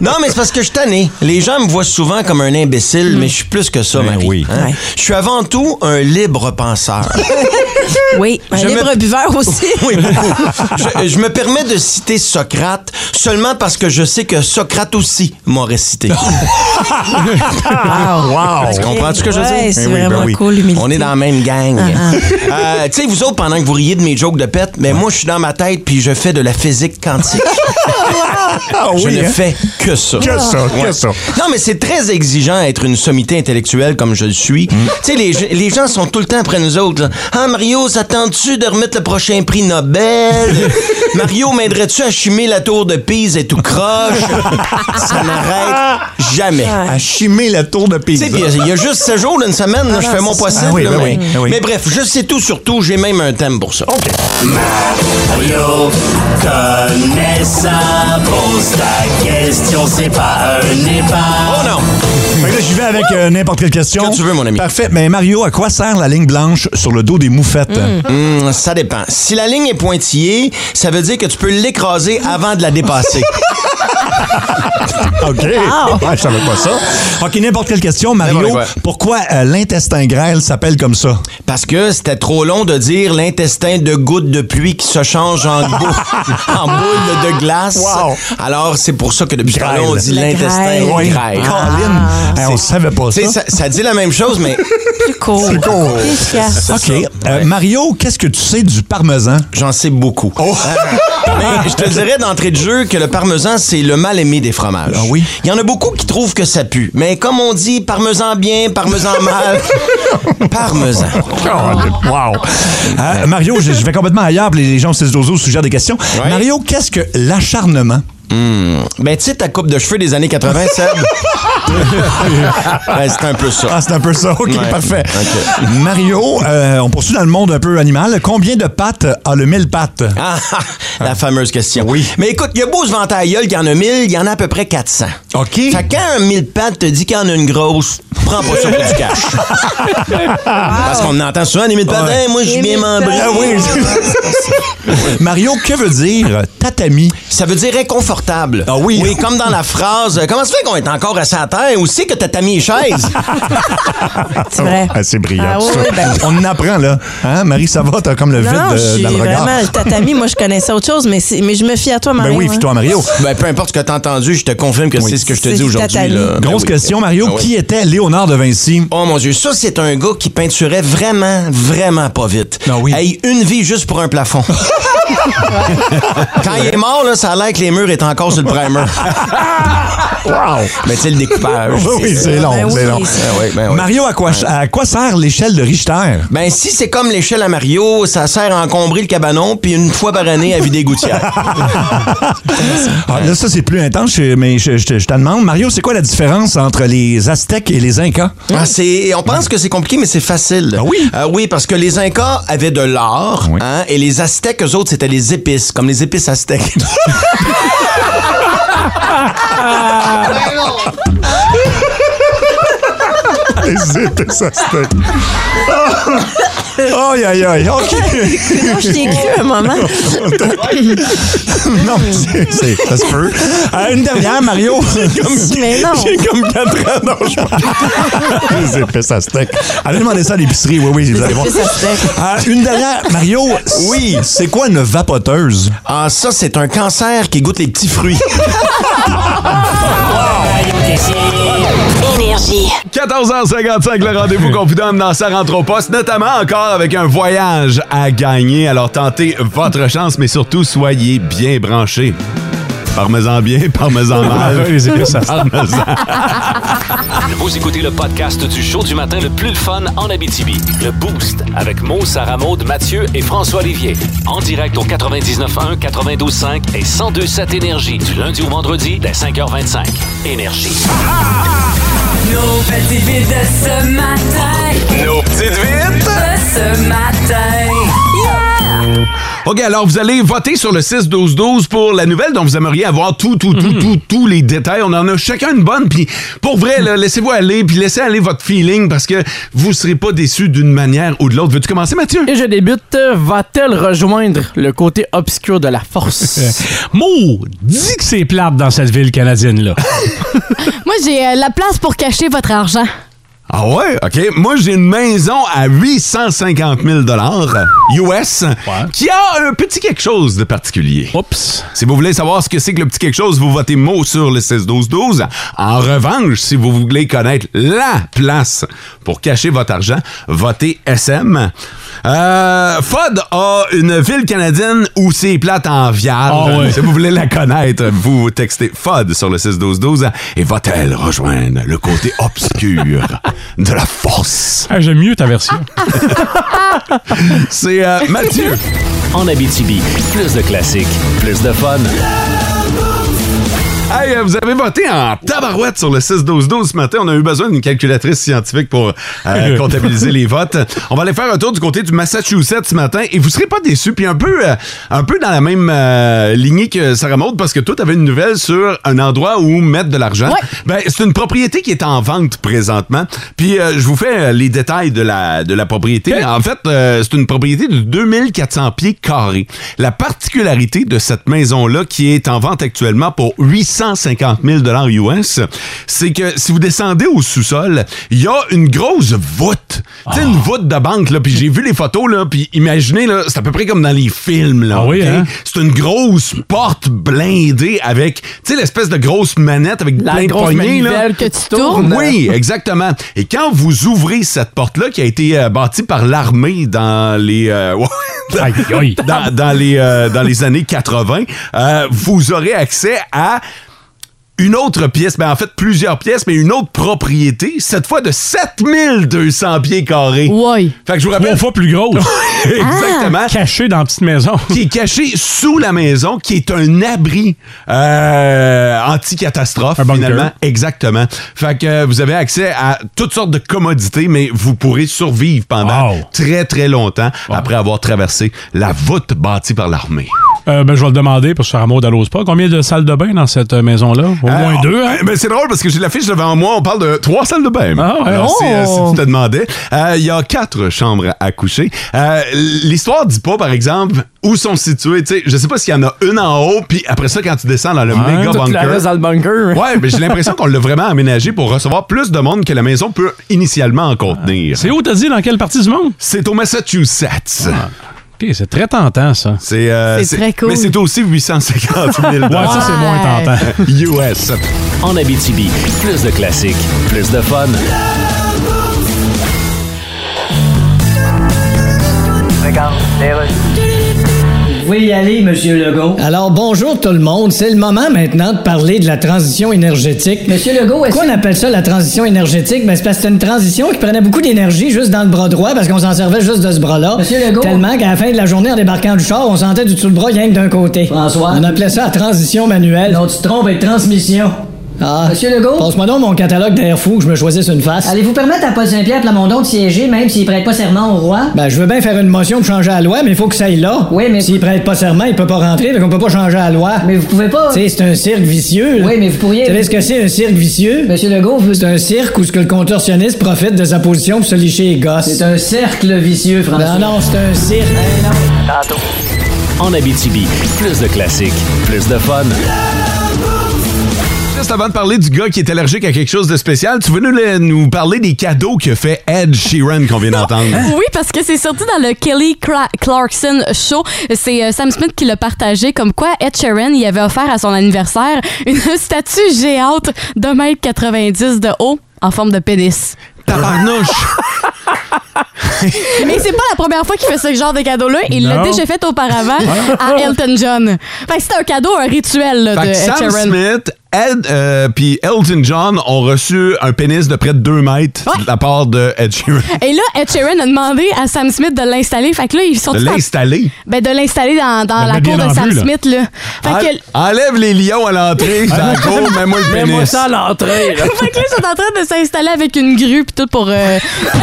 Non, mais c'est parce que je suis tanné. Les gens me voient souvent comme un Mm. imbécile, mais je suis plus que ça, Ben Marie. oui. Hein? Je suis avant tout un libre penseur. Ah. [LAUGHS] Oui, un Je libre me- buveur aussi. [LAUGHS] oui, beaucoup. Je, je me permets de citer Socrate seulement parce que je sais que Socrate aussi m'aurait cité. Wow. Tu comprends ce que je veux Ouais, dire? c'est Eh oui, ben vraiment oui. cool, l'humilité. On est dans la même gang. Ah, [LAUGHS] Euh, tu sais, vous autres, pendant que vous riez de mes jokes de pète, mais moi, je suis dans ma tête puis je fais de la physique quantique. [LAUGHS] Ah je oui, ne hein? fais que ça. Que ça, que ça. Non, mais c'est très exigeant d'être une sommité intellectuelle comme je le Mm. suis. Tu sais, les, ge- les gens sont tout le temps après nous autres. là. Ah, Mario, s'attends-tu de remettre le prochain [LAUGHS] prix Nobel? Mario, m'aiderais-tu à chimer la tour de Pise et [LAUGHS] tout croche? Ça n'arrête jamais. À chimer la tour de Tu pizza. sais, puis il y a juste ce jours d'une semaine, là, je fais mon possible. Ah oui, là, ben mais, oui, ben oui. mais bref, je sais tout sur tout, j'ai même un thème pour ça. Mario connaît ça, pose ta question, c'est pas un Oh épargne. non! Fait que là, j'y vais avec euh, n'importe quelle question. Quand tu veux, mon ami. Parfait. Mais Mario, à quoi sert la ligne blanche sur le dos des moufettes? Mm. Hmm, ça dépend. Si la ligne est pointillée, ça veut dire que tu peux l'écraser avant de la dépasser. [LAUGHS] OK. Ouais, je savais pas ça. OK, n'importe quelle question. Mario, N'importe quoi. pourquoi euh, l'intestin grêle s'appelle comme ça? Parce que c'était trop long de dire l'intestin de gouttes de pluie qui se change en, bou- [LAUGHS] en boule de glace. Wow. Alors, c'est pour ça que depuis Grêle. longtemps, on dit La l'intestin grêle. Ah. Oui. grêle. Ah. Colin, hey, on savait pas Tu ça. sais, ça, ça dit la même chose, [LAUGHS] mais Plus court. Plus court. efficace. OK. Euh, Mario, qu'est-ce que tu sais du parmesan? Oh. j'en sais beaucoup. Euh, Mais je te dirais d'entrée de jeu que le parmesan, c'est le mal-aimé des fromages. Ah oui? Il y en a beaucoup qui trouvent que ça pue. Mais comme on dit, parmesan bien, parmesan [LAUGHS] mal. parmesan. Oh, wow. Euh, Mario, je, je vais complètement ailleurs, puis les gens au 6 12 suggèrent des questions. Ouais. Mario, qu'est-ce que l'acharnement? Hmm. Ben, tu sais, ta coupe de cheveux des [LAUGHS] années 80, Seb? ben, c'est un peu ça. Ah, c'est un peu ça. OK, Ouais. parfait. OK. Mario, euh, on poursuit dans le monde un peu animal. Combien de pattes a le mille pattes? Ah, ah, la fameuse question. Oui. Mais écoute, il y a beau se vanter à la gueule qu'il y en a 1000, il y en a à peu près 400. OK. Fait que quand un mille pattes te dit qu'il y en a une [LAUGHS] grosse, prends pas ça pour du cash. Parce qu'on entend souvent des mille pattes, Hey, moi, je suis bien membré. Ah oui. [LAUGHS] Mario, que veut dire euh, tatami? Ça veut dire inconfortable. Ah oui. Oui, comme dans la phrase, euh, comment ça fait qu'on est encore assis à terre? Où c'est que t'as mis les chaises? [LAUGHS] C'est vrai. [LAUGHS] Ah, c'est [LAUGHS] brillant. Ah oui, ça. ben- On en apprend, là. Hein, Marie, ça va? T'as comme le Non, vide non, euh, je suis dans le regard. vraiment le tatami. Moi, je connaissais autre chose, mais, c'est- mais je me fie à toi, Ben Mario. oui, hein. puis toi, Mario. ben, peu importe ce que t'as entendu, je te confirme que c'est ce que je te C'est dis du aujourd'hui. tatami. là. Grosse Ben oui. question, Mario. Ah oui. Qui était Léonard de Vinci? Oh mon Dieu, ça c'est un gars qui peinturait vraiment, vraiment pas vite. Ah oui. [LAUGHS] Hey, une vie juste pour un plafond. Quand il est mort, là, ça a l'air que les murs étaient encore sur le [LAUGHS] primer. wow! Mais tu sais, le découpage. Oui, c'est long, Ben oui, c'est long. Ben oui, ben oui. Mario, à quoi, à quoi sert l'échelle de [LAUGHS] Richter? Ben, si c'est comme l'échelle à Mario, ça sert à encombrer le cabanon, puis une fois par année, à vider gouttière. [LAUGHS] Ah, là, ça, c'est plus intense, je- mais je, je te- je te demande, Mario, c'est quoi la différence entre les Aztèques et les Incas? Ah Ah, c'est- on pense que c'est compliqué, mais c'est facile. oui? oui, parce que les Incas avaient de l'or, hein, et les Aztèques, eux autres, c'était les épices, comme les [LAUGHS] épices aztèques. Les épices aztèques. Oh, aïe, aïe, aïe, OK. Non, je t'ai cru un moment. non, mais c'est- c'est- ça se [LAUGHS] peut. Euh, une dernière, Mario. [LAUGHS] Mais non. J'ai comme 4 ans. Non, je Les épices aztèques. Allez demander ça à l'épicerie. Oui, oui, vous allez voir. Les épices aztèques. Euh, une dernière, Mario. Oui. C'est quoi une vapoteuse? Ah, ça, c'est un cancer qui goûte les petits fruits. Énergie. 14h55, le rendez-vous confident dans sa rentre au poste, notamment encore avec un voyage à gagner. Alors tentez votre chance, mais surtout soyez bien branchés. Parmesan bien, [LAUGHS] parmesan mal. Ah, Les [LAUGHS] épices, ça se Parmesan. Vous écoutez le podcast du show du matin le plus fun en Abitibi. Le Boost avec Mo, Sarah Maud, Mathieu et François Olivier. En direct au 99.1, 92.5 et 102.7 Énergie du lundi au vendredi dès 5h25. Énergie. Nos petites vites de ce matin. Nos petites vites de ce matin. OK, alors vous allez voter sur le 6-12-12 pour la nouvelle dont vous aimeriez avoir tout, tout, Hmm. tout, tout, tous les détails. On en a chacun une bonne. Puis pour vrai, là, laissez-vous aller, puis laissez aller votre feeling parce que vous serez pas déçus d'une manière ou de l'autre. Veux-tu commencer, Mathieu? Et je débute. Va-t-elle rejoindre le côté obscur de la [LAUGHS] Euh, force? Mo, dis que c'est plate dans cette ville canadienne-là. Moi, j'ai euh, la place pour cacher votre argent. Ah ouais? OK. Moi, j'ai une maison à 850 000 US qui a un petit quelque chose de particulier. Oups. Si vous voulez savoir ce que c'est que le petit quelque chose, vous votez mot sur le 16-12-12. En revanche, si vous voulez connaître la place pour cacher votre argent, votez SM. Euh, Fod a une ville canadienne où c'est plate en viande. Ah ouais. Si vous voulez la connaître, vous textez FOD sur le 6-12-12 et va-t-elle rejoindre le côté obscur de la force? Ah, J'aime mieux ta version. C'est euh, Mathieu. En Abitibi, plus de classiques, plus de fun. Hey, euh, vous avez voté en tabarouette sur le 6-12-12 ce matin. On a eu besoin d'une calculatrice scientifique pour euh, comptabiliser les votes. On va aller faire un tour du côté du Massachusetts ce matin et vous serez pas déçus. Puis un peu, euh, un peu dans la même euh, lignée que Sarah Maud parce que toi, t'avais une nouvelle sur un endroit où mettre de l'argent. Ben, c'est une propriété qui est en vente présentement. Puis euh, je vous fais euh, les détails de la, de la propriété. En fait, euh, c'est une propriété de 2400 pieds carrés. La particularité de cette maison-là, qui est en vente actuellement pour 850 000 US, c'est que si vous descendez au sous-sol, il y a une grosse voûte. Tu sais, une Ah. voûte de banque, là. Puis j'ai vu les photos, là. Puis imaginez, là, c'est à peu près comme dans les films, là. Ah oui, OK? hein? C'est une grosse porte blindée avec, tu sais, l'espèce de grosse manette avec La plein de grosse poignées, là. manivelle que tu tournes. Oui, exactement. Et quand vous ouvrez cette porte-là qui a été euh, bâtie par l'armée dans les euh, [LAUGHS] ouais, dans, dans- dans les euh, dans les années 80, euh, vous aurez accès à une autre pièce, mais en fait plusieurs pièces, mais une autre propriété, cette fois de 7200 pieds carrés. Oui. Fait que je vous rappelle. Trois fois plus [LAUGHS] grosse. Exactement. Caché dans la petite maison. qui est caché sous la maison, qui est un abri euh, anti-catastrophe, bunker. finalement. Exactement. Fait que euh, vous avez accès à toutes sortes de commodités, mais vous pourrez survivre pendant très, très longtemps après avoir traversé la voûte bâtie par l'armée. Euh, ben, je vais le demander pour que Sarah Maud n'ose pas. Combien de salles de bain dans cette euh, maison-là? Au moins Alors, deux. hein? euh, ben, c'est drôle parce que j'ai l'affiche devant moi. On parle de trois salles de bain. Ah ouais. Alors, si, euh, Oh. si tu te demandais, euh, il y a quatre chambres à coucher. Euh, L'histoire dit pas, par exemple, où sont situées. Tu sais, je sais pas s'il y en a une en haut, puis après ça, quand tu descends dans le méga Hein, Toute la bunker. reste dans le bunker. Ouais, mais j'ai [LAUGHS] l'impression qu'on l'a vraiment aménagé pour recevoir plus de monde que la maison peut initialement en contenir. C'est où, t'as dit? Dans quelle partie du monde? C'est au Massachusetts. OK, c'est très tentant, ça. C'est euh, C'est très cool. Mais c'est aussi 850 000 Ouais, ça, c'est moins tentant. [LAUGHS] US. En Abitibi, plus de classiques, plus de fun. Regarde, les Russes. pouvez y aller, Monsieur Legault. Alors, bonjour tout le monde. C'est le moment maintenant de parler de la transition énergétique. Monsieur Legault, est-ce qu'on appelle ça la transition énergétique? Ben, c'est parce que c'est une transition qui prenait beaucoup d'énergie juste dans le bras droit parce qu'on s'en servait juste de ce bras-là. Monsieur Legault. Tellement qu'à la fin de la journée, en débarquant du char, on sentait du dessous le bras rien que d'un côté. François. On appelait ça la transition manuelle. Non, tu te trompes, avec transmission. Ah. Monsieur Legault. Passe-moi donc mon catalogue d'air fou que je me choisisse une face. Allez-vous permettre à Paul Saint-Pierre Plamondon de siéger, même s'il prête pas serment au roi? Ben, je veux bien faire une motion pour changer la loi, mais il faut que ça aille là. Oui, mais. S'il prête pas serment, il peut pas rentrer, donc on peut pas changer la loi. Mais vous pouvez pas. Tu sais, c'est un cirque vicieux. Oui, mais vous pourriez. Tu sais ce que c'est, un cirque vicieux? Monsieur Legault, vous. C'est un cirque où ce que le contorsionniste profite de sa position pour se licher les gosses. C'est un cercle vicieux, François. Non, non, c'est un cirque. En Abitibi, plus de classiques, plus de fun. Juste avant de parler du gars qui est allergique à quelque chose de spécial, tu veux nous, le- nous parler des cadeaux que fait Ed Sheeran qu'on vient d'entendre? Oui, parce que c'est sorti dans le Kelly Cla- Clarkson Show. C'est euh, Sam Smith qui l'a partagé comme quoi Ed Sheeran il avait offert à son anniversaire une [LAUGHS] statue géante de 1m90 de haut en forme de pénis. Tabarnouche! Et c'est pas la première fois qu'il fait ce genre de cadeau-là. Il l'a Non. déjà fait auparavant à Elton John. Fait que c'était un cadeau, un rituel là, [LAUGHS] de Fait que Ed Sam Sheeran. Smith, Ed, euh, puis Elton John ont reçu un pénis de près de 2 mètres de la part de Ed Sheeran. Et là, Ed Sheeran a demandé à Sam Smith de l'installer. Fait que là, ils sont De tous en- l'installer. Ben, de l'installer dans, dans Ben, la mets bien cour de en Sam vue, là. Smith, là. Fait que- Enl- Enlève les lions [LAUGHS] à l'entrée, dans la cour, mets-moi le pénis. Mets-moi ça à l'entrée, là. [LAUGHS] fait que là, ils sont en train de s'installer avec une grue pis tout pour... euh, [LAUGHS]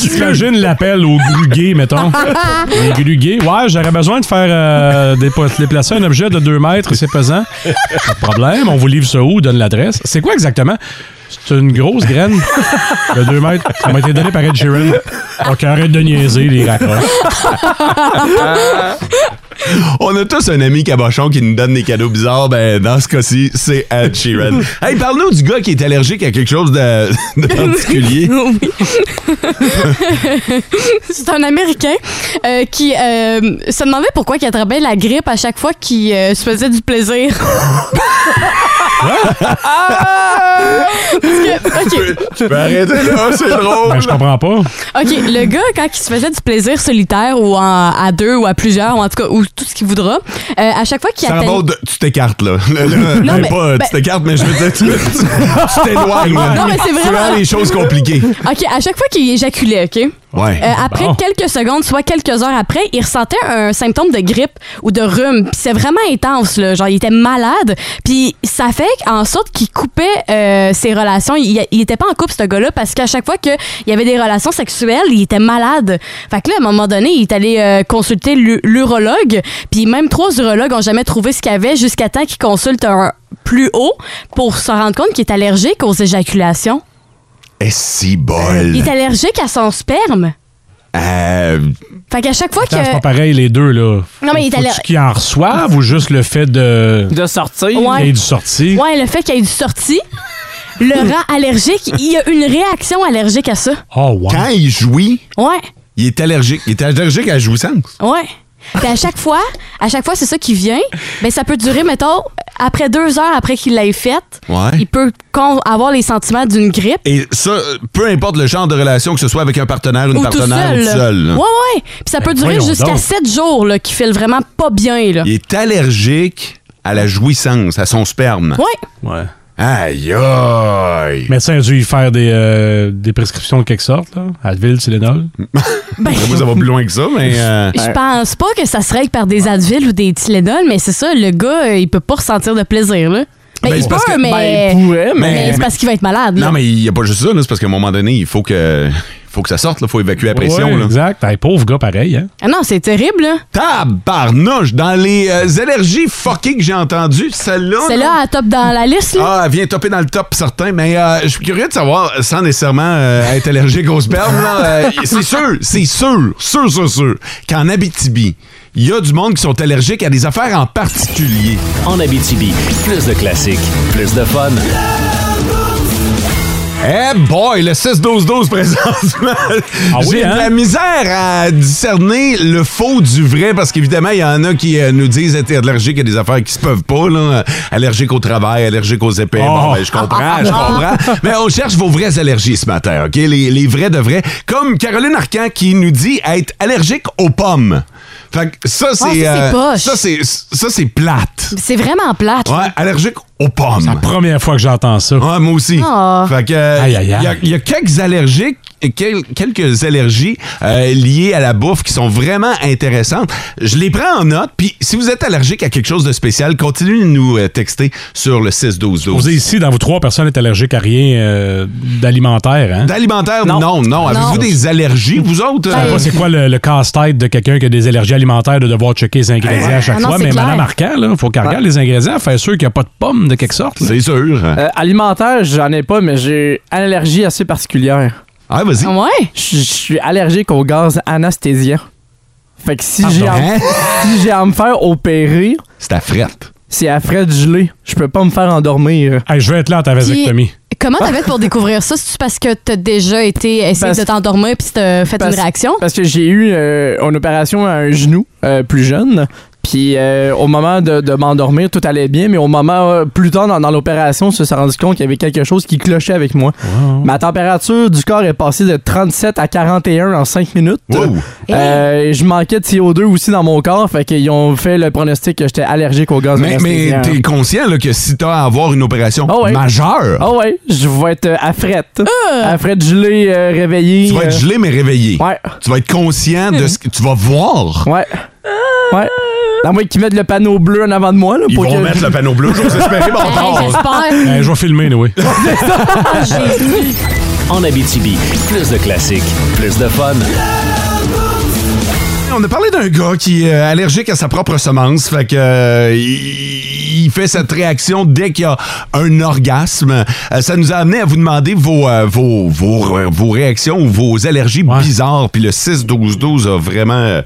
Tu imagines l'appel aux [LAUGHS] grugués, mettons. Les grugués. Ouais, j'aurais besoin de faire euh, dépo- déplacer un objet de 2 mètres, c'est pesant. Pas de problème, on vous livre ça où, donne l'adresse. C'est quoi exactement? C'est une grosse graine de 2 mètres. Ça m'a été donné par Ed Sheeran. Ok, arrête de niaiser, les [LAUGHS] raccroches. [LAUGHS] On a tous un ami cabochon qui nous donne des cadeaux bizarres. Ben, dans ce cas-ci, c'est [LAUGHS] Ed Sheeran. hey, parle-nous du gars qui est allergique à quelque chose de, [LAUGHS] [LAUGHS] de particulier. C'est un Américain euh, qui euh, se demandait pourquoi il attrapait la grippe à chaque fois qu'il euh, se faisait du [LAUGHS] plaisir. Parce que- ok. Je vais arrêter là, c'est drôle. Ben, je comprends pas. OK, le gars, quand il se faisait du plaisir solitaire ou en- à deux ou à plusieurs, ou en tout cas, ou tout ce qu'il voudra, euh, à chaque fois qu'il Ça atteignait- remonte, tu t'écartes là. Là, là, Non, ben, mais- pas, euh, ben- tu t'écartes, mais je veux dire, tu [LAUGHS] tu- tu t'éloignes. là. Non, mais c'est Tu vraiment- rends les choses compliquées. OK, à chaque fois qu'il éjaculait, OK? Ouais. Euh, après quelques secondes, soit quelques heures après, il ressentait un symptôme de grippe ou de rhume. Puis c'est vraiment intense, là. Genre, il était malade. Puis ça fait en sorte qu'il coupait euh, ses relations. Il, il était pas en couple, ce gars-là, parce qu'à chaque fois qu'il y avait des relations sexuelles, il était malade. Fait que là, à un moment donné, il est allé euh, consulter l'u- l'urologue. Puis même trois urologues ont jamais trouvé ce qu'il y avait jusqu'à temps qu'il consulte un plus haut pour se rendre compte qu'il est allergique aux éjaculations. Et Eh, si bol. Il est allergique à son sperme. Euh, Fait qu'à chaque fois que. Attends, C'est pas pareil, les deux, là. Non, mais il est Faut-tu allé. qu'ils en reçoivent ou juste le fait de. De sortir. Et du sorti. Ouais, le fait qu'il y ait du sorti, [LAUGHS] le rend allergique. Il y a une réaction allergique à ça. Oh, wow. Quand il jouit, Ouais, il est allergique. Il est allergique à la jouissance. ouais. Puis à chaque fois, à chaque fois, c'est ça qui vient. Mais ça peut durer, mettons, après deux heures après qu'il l'ait faite, Ouais. il peut con- avoir les sentiments d'une grippe. Et ça, peu importe le genre de relation, que ce soit avec un partenaire, une ou tout partenaire, seul. ou là. tout seul. là. Ouais, ouais. Puis ça peut durer voyons jusqu'à donc. sept jours, là, qui file vraiment pas bien, là. Il est allergique à la jouissance, à son sperme. Ouais. Ouais. Aïe, ah! aïe. Médecin a dû y faire des, euh, des prescriptions de quelque sorte, là. Advil, [LAUGHS] Tylenol. Ben, Moi, ça va plus loin que ça, mais. euh, Je pense pas que ça se règle par des Advil ou des Tylenol, mais c'est ça, le gars, euh, il peut pas ressentir de plaisir, là. Ben, Ben, il c'est peut, parce que- mais... ben, il pourrait, mais- mais c'est parce qu'il va être malade, là. Non, mais il n'y a pas juste ça, là, c'est parce qu'à un moment donné, il faut que, faut que ça sorte, il faut évacuer la pression. Ouais, là. Exact. Hey, pauvre gars, pareil, hein. Ah non, c'est terrible, là. Tabarnouche, dans les euh, allergies fuckées que j'ai entendues, celle-là. C'est là à top dans la liste, là. Ah, elle vient topper dans le top, certain, mais euh, je suis curieux de savoir, sans nécessairement euh, être allergique au sperme, [LAUGHS] là, euh, c'est sûr, c'est sûr, sûr, sûr, sûr, qu'en Abitibi, il y a du monde qui sont allergiques à des affaires en particulier. En Abitibi, plus de classiques, plus de fun. Eh boy, le 6-12-12 présentement. oui, J'ai hein? de la misère à discerner le faux du vrai parce qu'évidemment, il y en a qui euh, nous disent être allergiques à des affaires qui se peuvent pas. Là. Allergique au travail, allergique aux épées. Bon, ben, je Oh. comprends, je comprends. Mais on cherche vos vraies allergies ce matin, OK? Les, les vrais de vrais. Comme Caroline Arcan qui nous dit être allergique aux pommes. Fait que ça, Ah, ça, c'est. c'est euh, poche. Ah, ça, c'est ça, c'est plate. C'est vraiment plate. là. Ouais, allergique aux pommes. C'est la première fois que j'entends ça. Ouais, moi aussi. Ah. Fait que, euh, Aïe, aïe, aïe. Il y a- il y, a quelques allergiques, quel- quelques allergies euh, liées à la bouffe qui sont vraiment intéressantes. Je les prends en note. Puis si vous êtes allergique à quelque chose de spécial, continuez de nous euh, texter sur le 6 12 Vous 12 êtes ici, dans vos trois personnes, est allergique à rien euh, d'alimentaire, hein? D'alimentaire, non, Oh non. Avez-vous des allergies, vous Je autres? sais pas c'est quoi le, le casse-tête de quelqu'un qui a des allergies alimentaires de devoir checker les ingrédients à chaque Ah non, fois, c'est mais clair. Madame Arcand, il faut qu'elle Ouais. regarde les ingrédients, faire sûr qu'il n'y a pas de pommes de quelque sorte. C'est sûr. Euh, alimentaire, j'en ai pas, mais j'ai une allergie assez particulière. Ah, vas-y. Ouais. Je je suis allergique au gaz anesthésiant. Fait que si Ah j'ai bon? à, Hein? si j'ai à me faire opérer, C'est ta frette. c'est à frais de gelée. Je peux pas me faire endormir. je vais être là à ta vasectomie. Comment [LAUGHS] t'as fait pour découvrir ça? C'est-tu parce que t'as déjà été essayé Parce- de t'endormir puis t'as fait une Parce- réaction? Parce que j'ai eu euh, une opération à un genou euh, plus jeune. Puis euh, au moment de, de m'endormir, tout allait bien, mais au moment euh, plus tard dans, dans l'opération, on s'est rendu compte qu'il y avait quelque chose qui clochait avec moi. Ma température du corps est passée de 37 à 41 en 5 minutes. Euh, Eh. Je manquais de CO2 aussi dans mon corps, fait qu'ils ont fait le pronostic que j'étais allergique au gaz. Mais, mais anesthésiant. t'es conscient là, que si t'as à avoir une opération Ah ouais. majeure, Ah ouais, je vais être euh, à frette. À frette gelée, euh, réveillée. tu vas être euh, gelé mais réveillé. Ouais. Tu vas être conscient de ce que tu vas voir. Ouais. Ouais. À moins qu'ils mettent le panneau bleu en avant de moi. Là, Ils pour vont que- mettre le panneau bleu, j'ose espérer, mon tort. Ben, je vais filmer, oui. [LAUGHS] En Abitibi, plus de classiques, plus de fun. On a parlé d'un gars qui est euh, allergique à sa propre semence, fait que euh, il, il fait cette réaction dès qu'il y a un orgasme. Euh, ça nous a amené à vous demander vos euh, vos, vos, euh, vos réactions ou vos allergies bizarres. Puis le 6 12 12 a vraiment euh,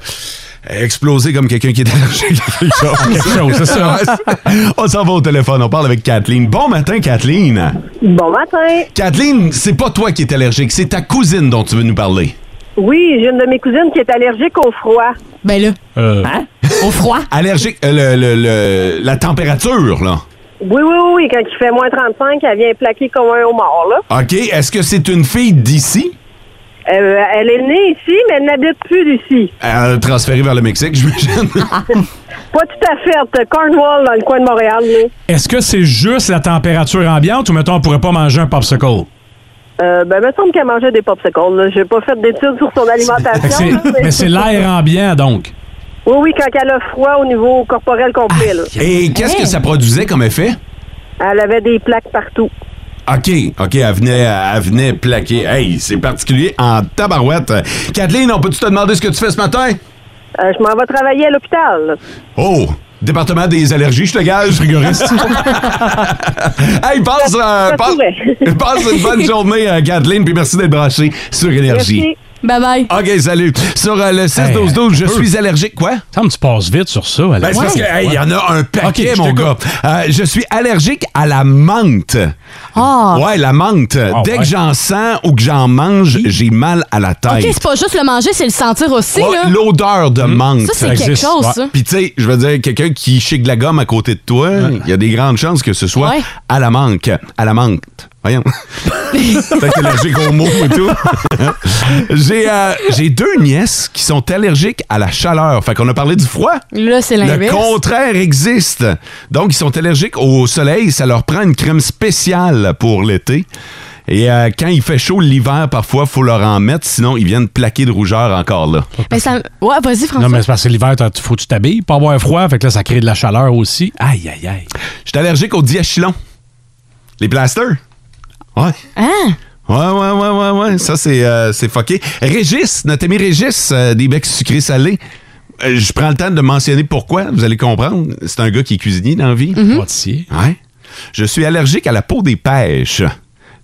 explosé comme quelqu'un qui est allergique à quelque chose. [LAUGHS] Quelque chose, c'est ça. [LAUGHS] on s'en va au téléphone, on parle avec Kathleen. Bon matin Kathleen. Bon matin. Kathleen, c'est pas toi qui es allergique, c'est ta cousine dont tu veux nous parler. Oui, j'ai une de mes cousines qui est allergique au froid. Ben là. Euh, Hein? Hein? Au froid. Allergique, euh, le- le- le- la température, là. Oui, oui, oui, quand il fait moins 35, elle vient plaquer comme un homard, là. OK, est-ce que c'est une fille d'ici? Euh, elle est née ici, mais elle n'habite plus [LAUGHS] d'ici. Euh, transférée vers le [LAUGHS] Mexique, j'imagine. Pas tout à fait, euh, Cornwall, dans le coin de Montréal, là. Est-ce que c'est juste la température ambiante ou mettons on pourrait pas manger un popsicle? Euh, ben, il me semble qu'elle mangeait des popsicles, là. J'ai pas fait d'études sur son Fait que alimentation. c'est- là, mais c'est l'air hein. ambiant donc. Oui, oui, quand elle a froid au niveau corporel complet, là. Et qu'est-ce que ça produisait comme effet? Elle avait des plaques partout. OK, OK, elle venait, elle venait plaquer. Hey, c'est particulier en tabarouette. Kathleen, on peut-tu te demander ce que tu fais ce matin? Euh, je m'en vais travailler à l'hôpital. là. Oh! Département des allergies, je te gage, rigoriste. [LAUGHS] hey, passe, euh, Ça passe, pourrait. [LAUGHS] passe une bonne journée, euh, Kathleen, puis merci d'être branché sur Énergie. Bye bye. OK, salut. Sur euh, le 6 12 12, je suis allergique quoi Sam, tu passes vite sur ça. Alex. Ben, c'est parce que, hey, il y en a un Ok, paquet, je mon t'écoute. gars. Euh, je suis allergique à la menthe. Ah. Ouais, la menthe. Dès ouais. que j'en sens ou que j'en mange, j'ai mal à la OK, tête. c'est pas juste le manger, c'est le sentir aussi, Ouais, là. Mm. L'odeur de menthe. Ça, c'est quelque chose, ça. Puis, tu sais, je veux dire, quelqu'un qui chique de la gomme à côté de toi, il y a des grandes chances que ce soit Ouais. à la menthe. À la menthe. [LAUGHS] Voyons. Peut-être allergique aux mots et tout. j'ai, euh, j'ai deux nièces qui sont allergiques à la chaleur. Fait qu'on a parlé du froid. Là, c'est Le l'inverse. contraire existe. Donc, ils sont allergiques au soleil. Ça leur prend une crème spéciale pour l'été. Et euh, quand il fait chaud l'hiver, parfois, faut leur en mettre. Sinon, ils viennent plaquer de rougeur encore là. Mais ça... Ouais, vas-y, François. Non, mais c'est parce que l'hiver, t'as- faut que tu t'habilles, pas avoir froid, fait que là, ça crée de la chaleur aussi. Aïe, aïe, aïe. Je suis allergique aux diachylons. Les plasters. Ouais. Hein? Ouais, ouais, ouais, ouais, ouais. Ça, c'est, euh, c'est fucké. Régis, notre ami Régis, euh, des becs sucrés salés. Euh, je prends le temps de mentionner pourquoi, vous allez comprendre. C'est un gars qui est cuisinier dans la vie. Mm-hmm. Ouais. Je suis allergique à la peau des pêches,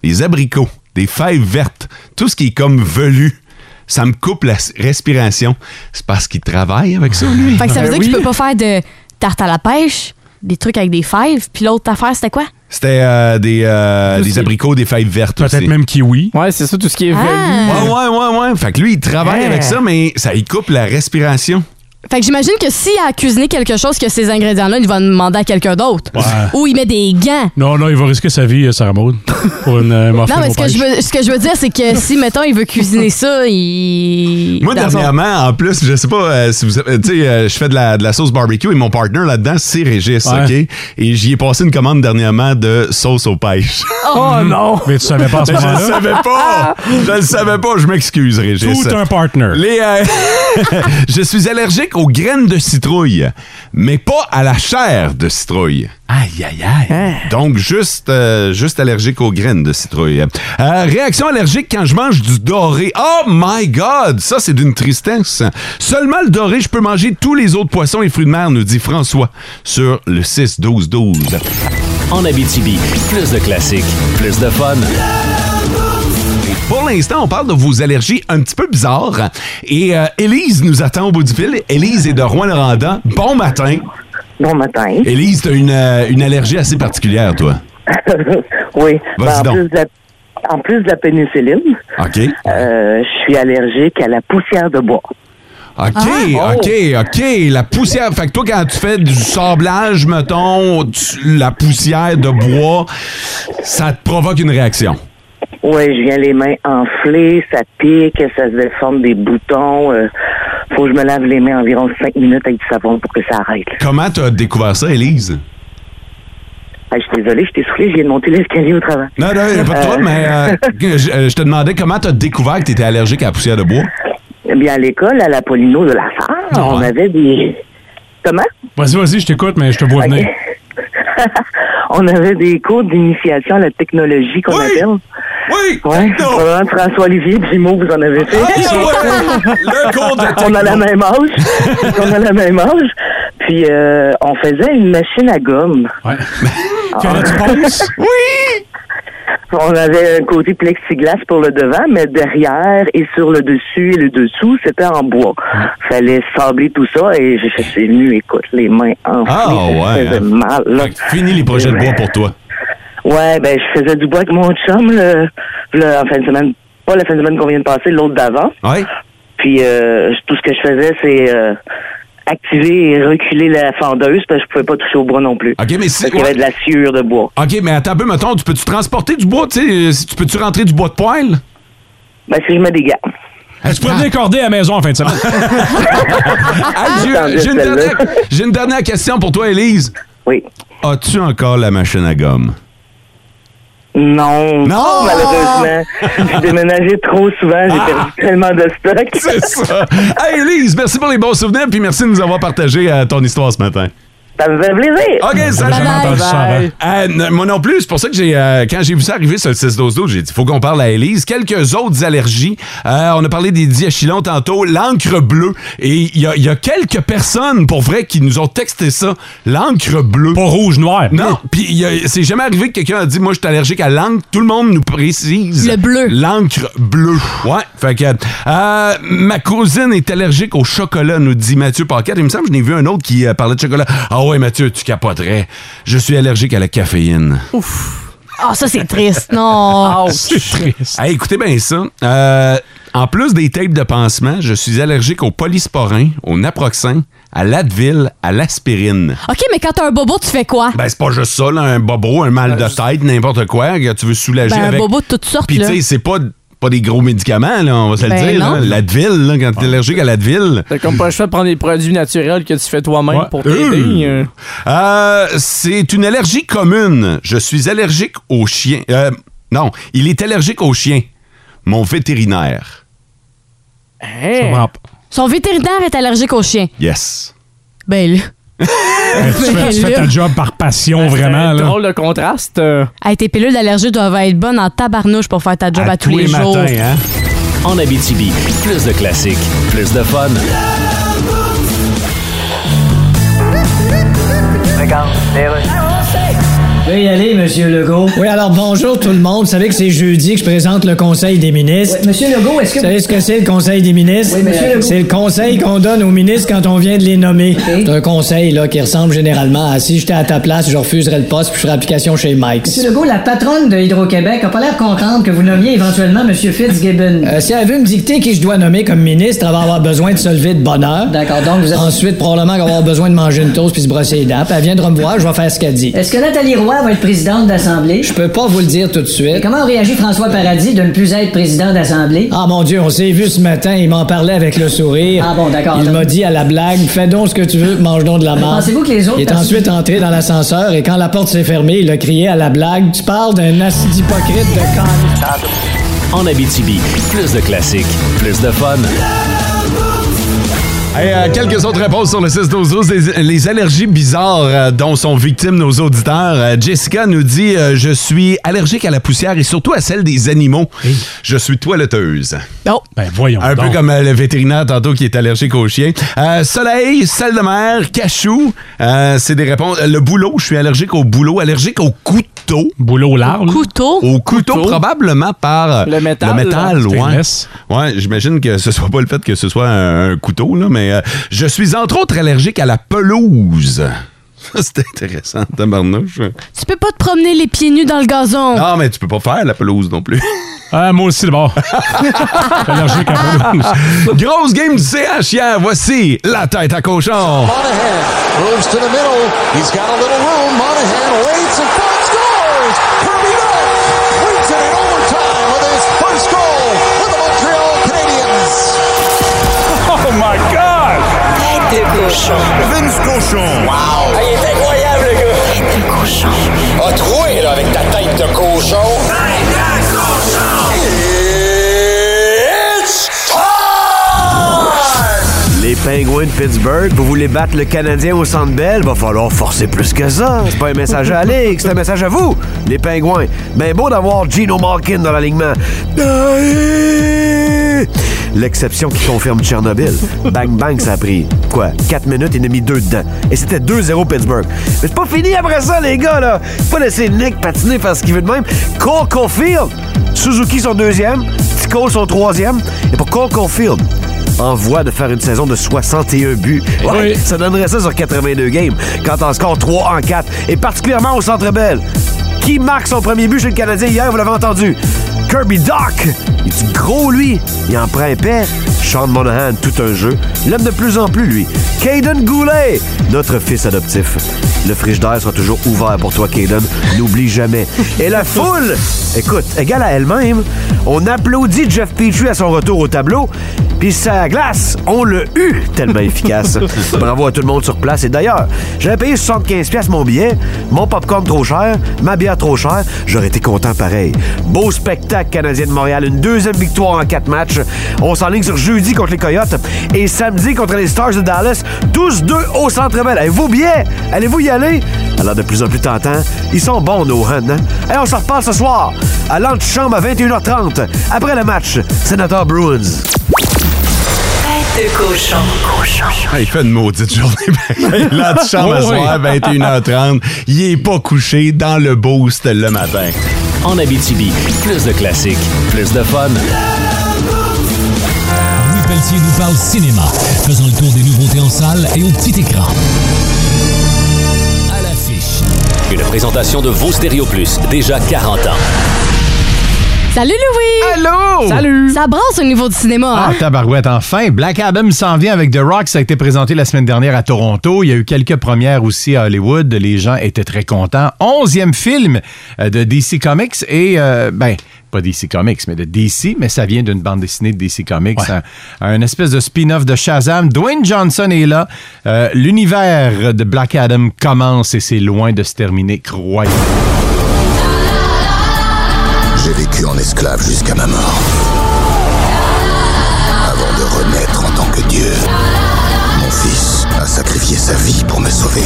des abricots, des fèves vertes, tout ce qui est comme velu. Ça me coupe la s- respiration. C'est parce qu'il travaille avec ça, lui. Fait que Ben ça veut dire que tu peux pas faire de tarte à la pêche, des trucs avec des fèves, puis l'autre affaire, c'était quoi? C'était euh, des, euh, des abricots, des fèves vertes aussi. Ah. Peut-être même kiwi. Ouais, c'est ça, tout ce qui est Ouais, ouais, ouais, ouais. Fait que lui, il travaille Hein? avec ça, mais ça, il coupe la respiration. Fait que j'imagine que s'il a cuisiné quelque chose que ces ingrédients-là, il va demander à quelqu'un d'autre. Ouais. Ou il met des gants. Non, non, il va risquer sa vie, euh, Sarah Maud, pour une euh, muffin Non, mais au ce que, pêche. je veux, ce que je veux dire, c'est que si, mettons, il veut cuisiner ça, il. [LAUGHS] Moi, dans son- dernièrement, en plus, je sais pas euh, si vous savez, tu sais, euh, je fais de la, de la sauce barbecue et mon partner là-dedans, c'est Régis, Ouais. OK? Et j'y ai passé une commande dernièrement de sauce aux pêches. [LAUGHS] Oh non! Mais tu savais pas à ce Mais je moment-là? le savais Ah. pas! Je le savais pas, je m'excuse, Régis. Tout un partner. Les, euh, [LAUGHS] je suis allergique aux graines de citrouille, mais pas à la chair de citrouille. Aïe, aïe, aïe. Donc, juste, euh, juste allergique aux graines de citrouille. Euh, réaction allergique quand je mange du doré. Oh my God! Ça, c'est d'une tristesse. Seulement le doré, je peux manger tous les autres poissons et fruits de mer, nous dit François sur le 6-12-12. En Abitibi, plus de classiques, plus de fun. Pour l'instant, on parle de vos allergies un petit peu bizarres. Et euh, Élise nous attend au bout du fil. Élise est de Rouen-Noranda. Bon matin. Bon matin. Élise, tu as une, euh, une allergie assez particulière, toi. [LAUGHS] oui. Ben, en, Vas-y donc. plus de la, en plus de la pénicilline, OK. euh, je suis allergique à la poussière de bois. OK, OK, OK. La poussière. Fait que toi, quand tu fais du sablage, mettons, tu- la poussière de bois, ça te provoque une réaction. Oui, je viens les mains enflées, ça pique, ça se déforme des boutons. euh, faut que je me lave les mains environ cinq minutes avec du savon pour que ça arrête. Comment tu as découvert ça, Élise? Ah, je suis désolée, je t'ai soufflé, je viens de monter l'escalier au travail. Non, non, y a pas de Euh, trouble, mais euh, je, euh, je te demandais comment tu as découvert que tu étais allergique à la poussière de bois. [LAUGHS] Eh bien, à l'école, à la Polino de la Sarre, on avait des... Comment? Vas-y, vas-y, je t'écoute, mais je te vois venir. on avait des cours d'initiation à la technologie qu'on appelle. Oui! Ah, Ouais. Probablement François-Olivier Primo, vous en avez fait. Le cours de On a la même [LAUGHS] âge. on a la même âge. Puis, euh, on faisait une machine à gomme. [LAUGHS] Ouais. [LAUGHS] tu penses? Oui! On avait un côté plexiglas pour le devant, mais derrière et sur le dessus et le dessous, c'était en bois. Fallait sabler tout ça et j'ai fait c'est nu, écoute, les mains enflées. Ah, ça ouais, faisait hein. mal. là. Fini les projets de bois pour toi. Ouais, ben je faisais du bois avec mon chum le, le- en fin de semaine, pas la fin de semaine qu'on vient de passer, l'autre d'avant. Ouais. Puis euh, tout ce que je faisais, c'est euh, activer et reculer la fendeuse parce que je pouvais pas toucher au bois non plus. Ok, mais si- parce qu'il y avait de la sciure de bois. OK, mais attends un peu, mettons, tu peux-tu transporter du bois, tu sais, euh, si tu peux-tu rentrer du bois de poêle? Ah. Ben, si je me dégage. Tu pourrais venir corder à la maison en fin de [LAUGHS] semaine. j'ai, j'ai une celle-là. dernière, j'ai une dernière question pour toi, Élise. Oui. As-tu encore la machine à gomme? Non, Non! Ah! malheureusement. J'ai déménagé trop souvent, j'ai perdu tellement de stock. C'est ça. Hey, Élise, merci pour les bons souvenirs, puis merci de nous avoir partagé euh, ton histoire ce matin. Ça me fait plaisir. OK, ça Bye-bye. hein? Bye-bye. Euh, n- Moi non plus, c'est pour ça que j'ai euh, quand j'ai vu ça arriver sur le 6 12 12 j'ai dit faut qu'on parle à Élise. Quelques autres allergies. Euh, on a parlé des diachylons tantôt, l'encre bleue. Et il y a, il y a quelques personnes, pour vrai, qui nous ont texté ça. L'encre bleue. Pas rouge, noir. Non, puis il y a- c'est jamais arrivé que quelqu'un a dit moi je suis allergique à l'encre. Tout le monde nous précise. Le bleu. L'encre bleue. Ouais, fait que. euh, ma cousine est allergique au chocolat, nous dit Mathieu Paquette. Il me semble que j'en ai vu un autre qui euh, parlait de chocolat. Ah ouais, Mathieu, tu capoterais. Je suis allergique à la caféine. Ah, ça, c'est triste. Non. C'est triste. Hey, écoutez bien ça. Euh, en plus des tapes de pansement, je suis allergique au polysporin, au naproxen, à l'Advil, à l'aspirine. OK, mais quand t'as un bobo, tu fais quoi? Ben, c'est pas juste ça, là, un bobo, un mal Ben, de tête, n'importe quoi que tu veux soulager Ben, un avec. bobo de toutes sortes, Puis, tu là. sais, c'est pas, pas des gros médicaments, là, on va se Ben, le dire. non. là. L'Advil, là, quand t'es allergique à l'Advil. T'as comme pas le choix de prendre des produits naturels que tu fais toi-même pour t'aider. Euh. Euh, c'est une allergie commune. Je suis allergique aux chiens. Euh, non, il est allergique aux chiens. Mon vétérinaire. Hey. Son vétérinaire est allergique aux chiens. Yes. Ben là. Ben, tu, fais, tu fais ta job par passion, vraiment. Là. drôle de contraste. Hey, tes pilules d'allergie doivent être bonnes en tabarnouche pour faire ta job à, tous les, hein? jours. hein. En Abitibi, plus de classiques, plus de fun. Veuillez y aller, Monsieur Legault. Oui, alors bonjour tout le monde. Vous savez que c'est jeudi que je présente le Conseil des ministres. Oui, Monsieur Legault, est-ce que- Vous savez ce que c'est le Conseil des ministres? Oui, Monsieur Legault. C'est le conseil qu'on donne aux ministres quand on vient de les nommer. C'est un conseil là, qui ressemble généralement à si j'étais à ta place, je refuserais le poste puis je ferais application chez Mike. Monsieur Legault, la patronne de Hydro-Québec a pas l'air contente que vous nommiez éventuellement Monsieur Fitzgibbon. Euh, si elle veut me dicter qui je dois nommer comme ministre, elle va avoir besoin de se lever de bonne heure. D'accord, donc vous Ensuite, probablement qu'elle va avoir besoin de manger une toast puis se brosser les dents. Puis elle viendra me voir, je vais faire ce qu'elle dit. Est-ce que Nathalie Roy va être présidente d'Assemblée? Je peux pas vous le dire tout de suite. Comment réagit François Paradis de ne plus être président d'Assemblée? Ah mon Dieu, on s'est vu ce matin, il m'en parlait avec le sourire. Ah bon, d'accord. Il m'a dit à la blague, fais donc ce que tu veux, mange donc de la marde. Pensez-vous que les autres Il est personnes- ensuite entré dans l'ascenseur et quand la porte s'est fermée, il a crié à la blague, tu parles d'un acide hypocrite de con. En Abitibi, plus de classiques, plus de fun. Hey, euh, quelques autres réponses sur le 6 12 12 les, les allergies bizarres euh, dont sont victimes nos auditeurs. Euh, Jessica nous dit euh, je suis allergique à la poussière et surtout à celle des animaux. Je suis toiletteuse. Oh. Non. Ben voyons. Un peu comme euh, le vétérinaire tantôt qui est allergique aux chiens. Euh, soleil, sel de mer, cachou, euh, c'est des réponses. Euh, Le boulot, je suis allergique au boulot, allergique au couteau. Boulot large. Couteau. Au couteau, Couteau. probablement par Le métal, Le métal, là. ouais. Stainless. Ouais, j'imagine que ce soit pas le fait que ce soit un, un couteau, là, mais euh, je suis entre autres allergique à la pelouse. [LAUGHS] Ça, c'est intéressant, tabarnouche. Tu peux pas te promener les pieds nus dans le gazon. Non, mais tu peux pas faire la pelouse non [LAUGHS] plus. Ah, moi aussi, [LAUGHS] d'abord. Ah. allergique à la pelouse. Grosse game du CH hier, voici la tête à cochon. Monahan moves to the middle. He's got a little room. Monahan waits and finds scores. Kirby Dodd wins it in overtime with his first goal for the Montreal Canadiens. Oh my God! Tête de cochon. Vince cochon. Wow! il est incroyable le gars. Tête de cochon. A troué là avec ta tête de cochon. Tête de cochon. It's Les Pingouins de Pittsburgh, vous voulez battre le Canadien au Centre Bell? Va falloir forcer plus que ça. C'est pas un message à la Ligue, c'est un message à vous, les Pingouins. Ben beau d'avoir Gino Malkin dans l'alignement. L'exception qui confirme Tchernobyl. Bang bang, ça a pris, quoi, 4 minutes et demi, 2 dedans. Et c'était 2-0 Pittsburgh. Mais c'est pas fini après ça, les gars, là. Faut pas laisser Nick patiner, faire ce qu'il veut de même. Cole Caulfield, Suzuki son deuxième, Tico son troisième. Et pour Cole Caulfield, en voie de faire une saison de 61 buts. Ouais, Ça donnerait ça sur 82 games, quand on score 3 en 4, et particulièrement au Centre Bell. Qui marque son premier but chez le Canadien hier, vous l'avez entendu? Kirby Doc! Il est gros, lui? Il en prend épais. Sean Monahan, tout un jeu. Il l'aime de plus en plus, lui. Caden Goulet, notre fils adoptif. Le friche d'air sera toujours ouvert pour toi, Caden. N'oublie jamais. Et la foule, écoute, égale à elle-même. On applaudit Jeff Petrie à son retour au tableau. Puis sa glace, on l'a eu tellement efficace. Bravo à tout le monde sur place. Et d'ailleurs, j'avais payé 75$ mon billet, mon popcorn trop cher, ma bière trop chère. J'aurais été content pareil. Beau spectacle canadien de Montréal. Une deuxième victoire en quatre matchs. On s'enligne sur jeudi contre les Coyotes et samedi contre les Stars de Dallas. Tous deux au Centre Bell. Avez-vous bien? Allez-vous y aller? Alors de plus en plus tentant, ils sont bons nos Huns. Hein? Et on se reparle ce soir à l'antichambre à 21h30 après le match. Sénateur Bruins. Tête de cochon. Ah, il fait une maudite journée. [LAUGHS] Là, tu chambres à Oh oui. soir, 21h30. Il est pas couché dans le boost le matin. En Abitibi, plus de classiques, plus de fun. Louis Pelletier nous parle cinéma, faisant le tour des nouveautés en salle et au petit écran. À l'affiche. Une présentation de vos Stéréo Plus, déjà 40 ans. [LAUGHS] Salut Louis! Allô! Salut! Ça brasse au niveau du cinéma, Ah, hein? tabarouette, enfin. Black Adam s'en vient avec The Rock. Ça a été présenté la semaine dernière à Toronto. Il y a eu quelques premières aussi à Hollywood. Les gens étaient très contents. Onzième film euh, de DC Comics et, euh, ben, pas DC Comics, mais de DC, mais ça vient d'une bande dessinée de DC Comics. Un, un espèce de spin-off de Shazam. Dwayne Johnson est là. Euh, L'univers de Black Adam commence et c'est loin de se terminer. Croyez. J'ai vécu en esclave jusqu'à ma mort. Avant de renaître en tant que Dieu, mon fils, a sacrifié sa vie pour me sauver.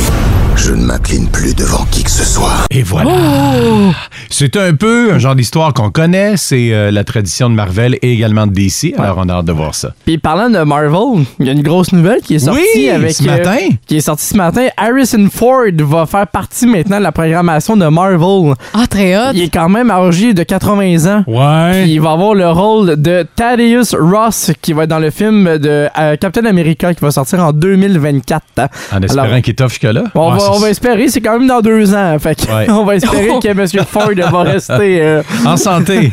Je ne m'incline plus devant qui que ce soit. Et voilà. Oh! C'est un peu un genre d'histoire qu'on connaît. C'est euh, la tradition de Marvel et également de DC. Alors, on a hâte de voir ça. Puis parlant de Marvel, il y a une grosse nouvelle qui est sortie Oui, avec euh, ce matin. qui est sortie ce matin. Harrison Ford va faire partie maintenant de la programmation de Marvel. Ah très hot. Il est quand même âgé de 80 ans. Ouais. il va avoir le rôle de Thaddeus Ross qui va être dans le film de euh, Captain America qui va sortir en 2024. hein. En espérant Alors, qu'il est tough jusque-là. Ouais, on, va, c'est on va espérer, c'est quand même dans deux ans. hein, Fait que Ouais. [LAUGHS] on va espérer Oh. que M. Ford va rester euh, En [LAUGHS] santé.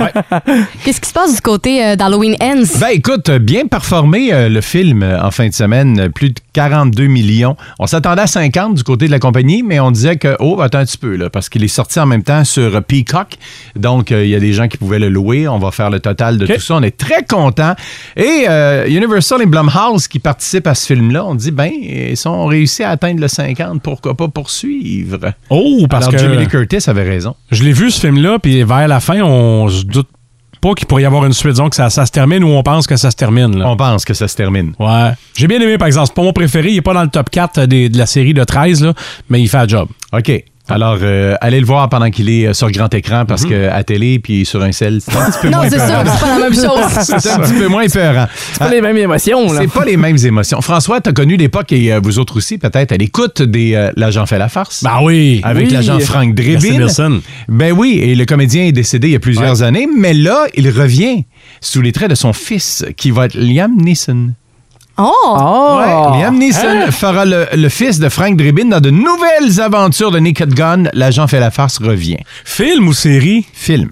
Qu'est-ce qui se passe du côté euh, d'Halloween Ends? Ben écoute, euh, bien performé euh, le film euh, en fin de semaine, euh, plus de 42 millions. On s'attendait à 50 du côté de la compagnie, mais on disait que, oh, attends un petit peu, là, parce qu'il est sorti en même temps sur euh, Peacock. Donc, euh, il y a des gens qui pouvaient le louer. On va faire le total de tout ça. On est très contents. Et euh, Universal et Blumhouse qui participent à ce film-là, on dit, ben, ils ont réussi à atteindre le 50, pourquoi pas poursuivre? Oh, parce Alors, que- Jimmy Lee Curtis avait raison. Je l'ai vu ce film-là, puis vers la fin, on se doute pas qu'il pourrait y avoir une suite. Disons que ça, ça se termine ou on pense que ça se termine. On pense que ça se termine. Ouais. J'ai bien aimé, par exemple. C'est pas mon préféré. Il est pas dans le top 4 des- de la série de 13, là, mais il fait le job. OK. Alors, euh, allez le voir pendant qu'il est euh, sur grand écran parce que à télé puis sur un sel, c'est un petit peu Non, moins c'est peurant. ça, c'est pas [LAUGHS] la même chose. c'est un petit peu moins peurant. C'est pas les mêmes émotions. C'est pas les mêmes émotions. François, t'as connu l'époque et euh, vous autres aussi, peut-être, à l'écoute des euh, L'agent fait la farce. Bah oui. Avec Oui. l'agent Frank Drebin. Merci, Nelson. Ben oui, et le comédien est décédé il y a plusieurs années, mais là, il revient sous les traits de son fils qui va être Liam Neeson. Oh! Ouais, Liam Neeson Hein? fera le, le fils de Frank Drebin dans de nouvelles aventures de Naked Gun. L'agent fait la farce revient. Film ou série? Film.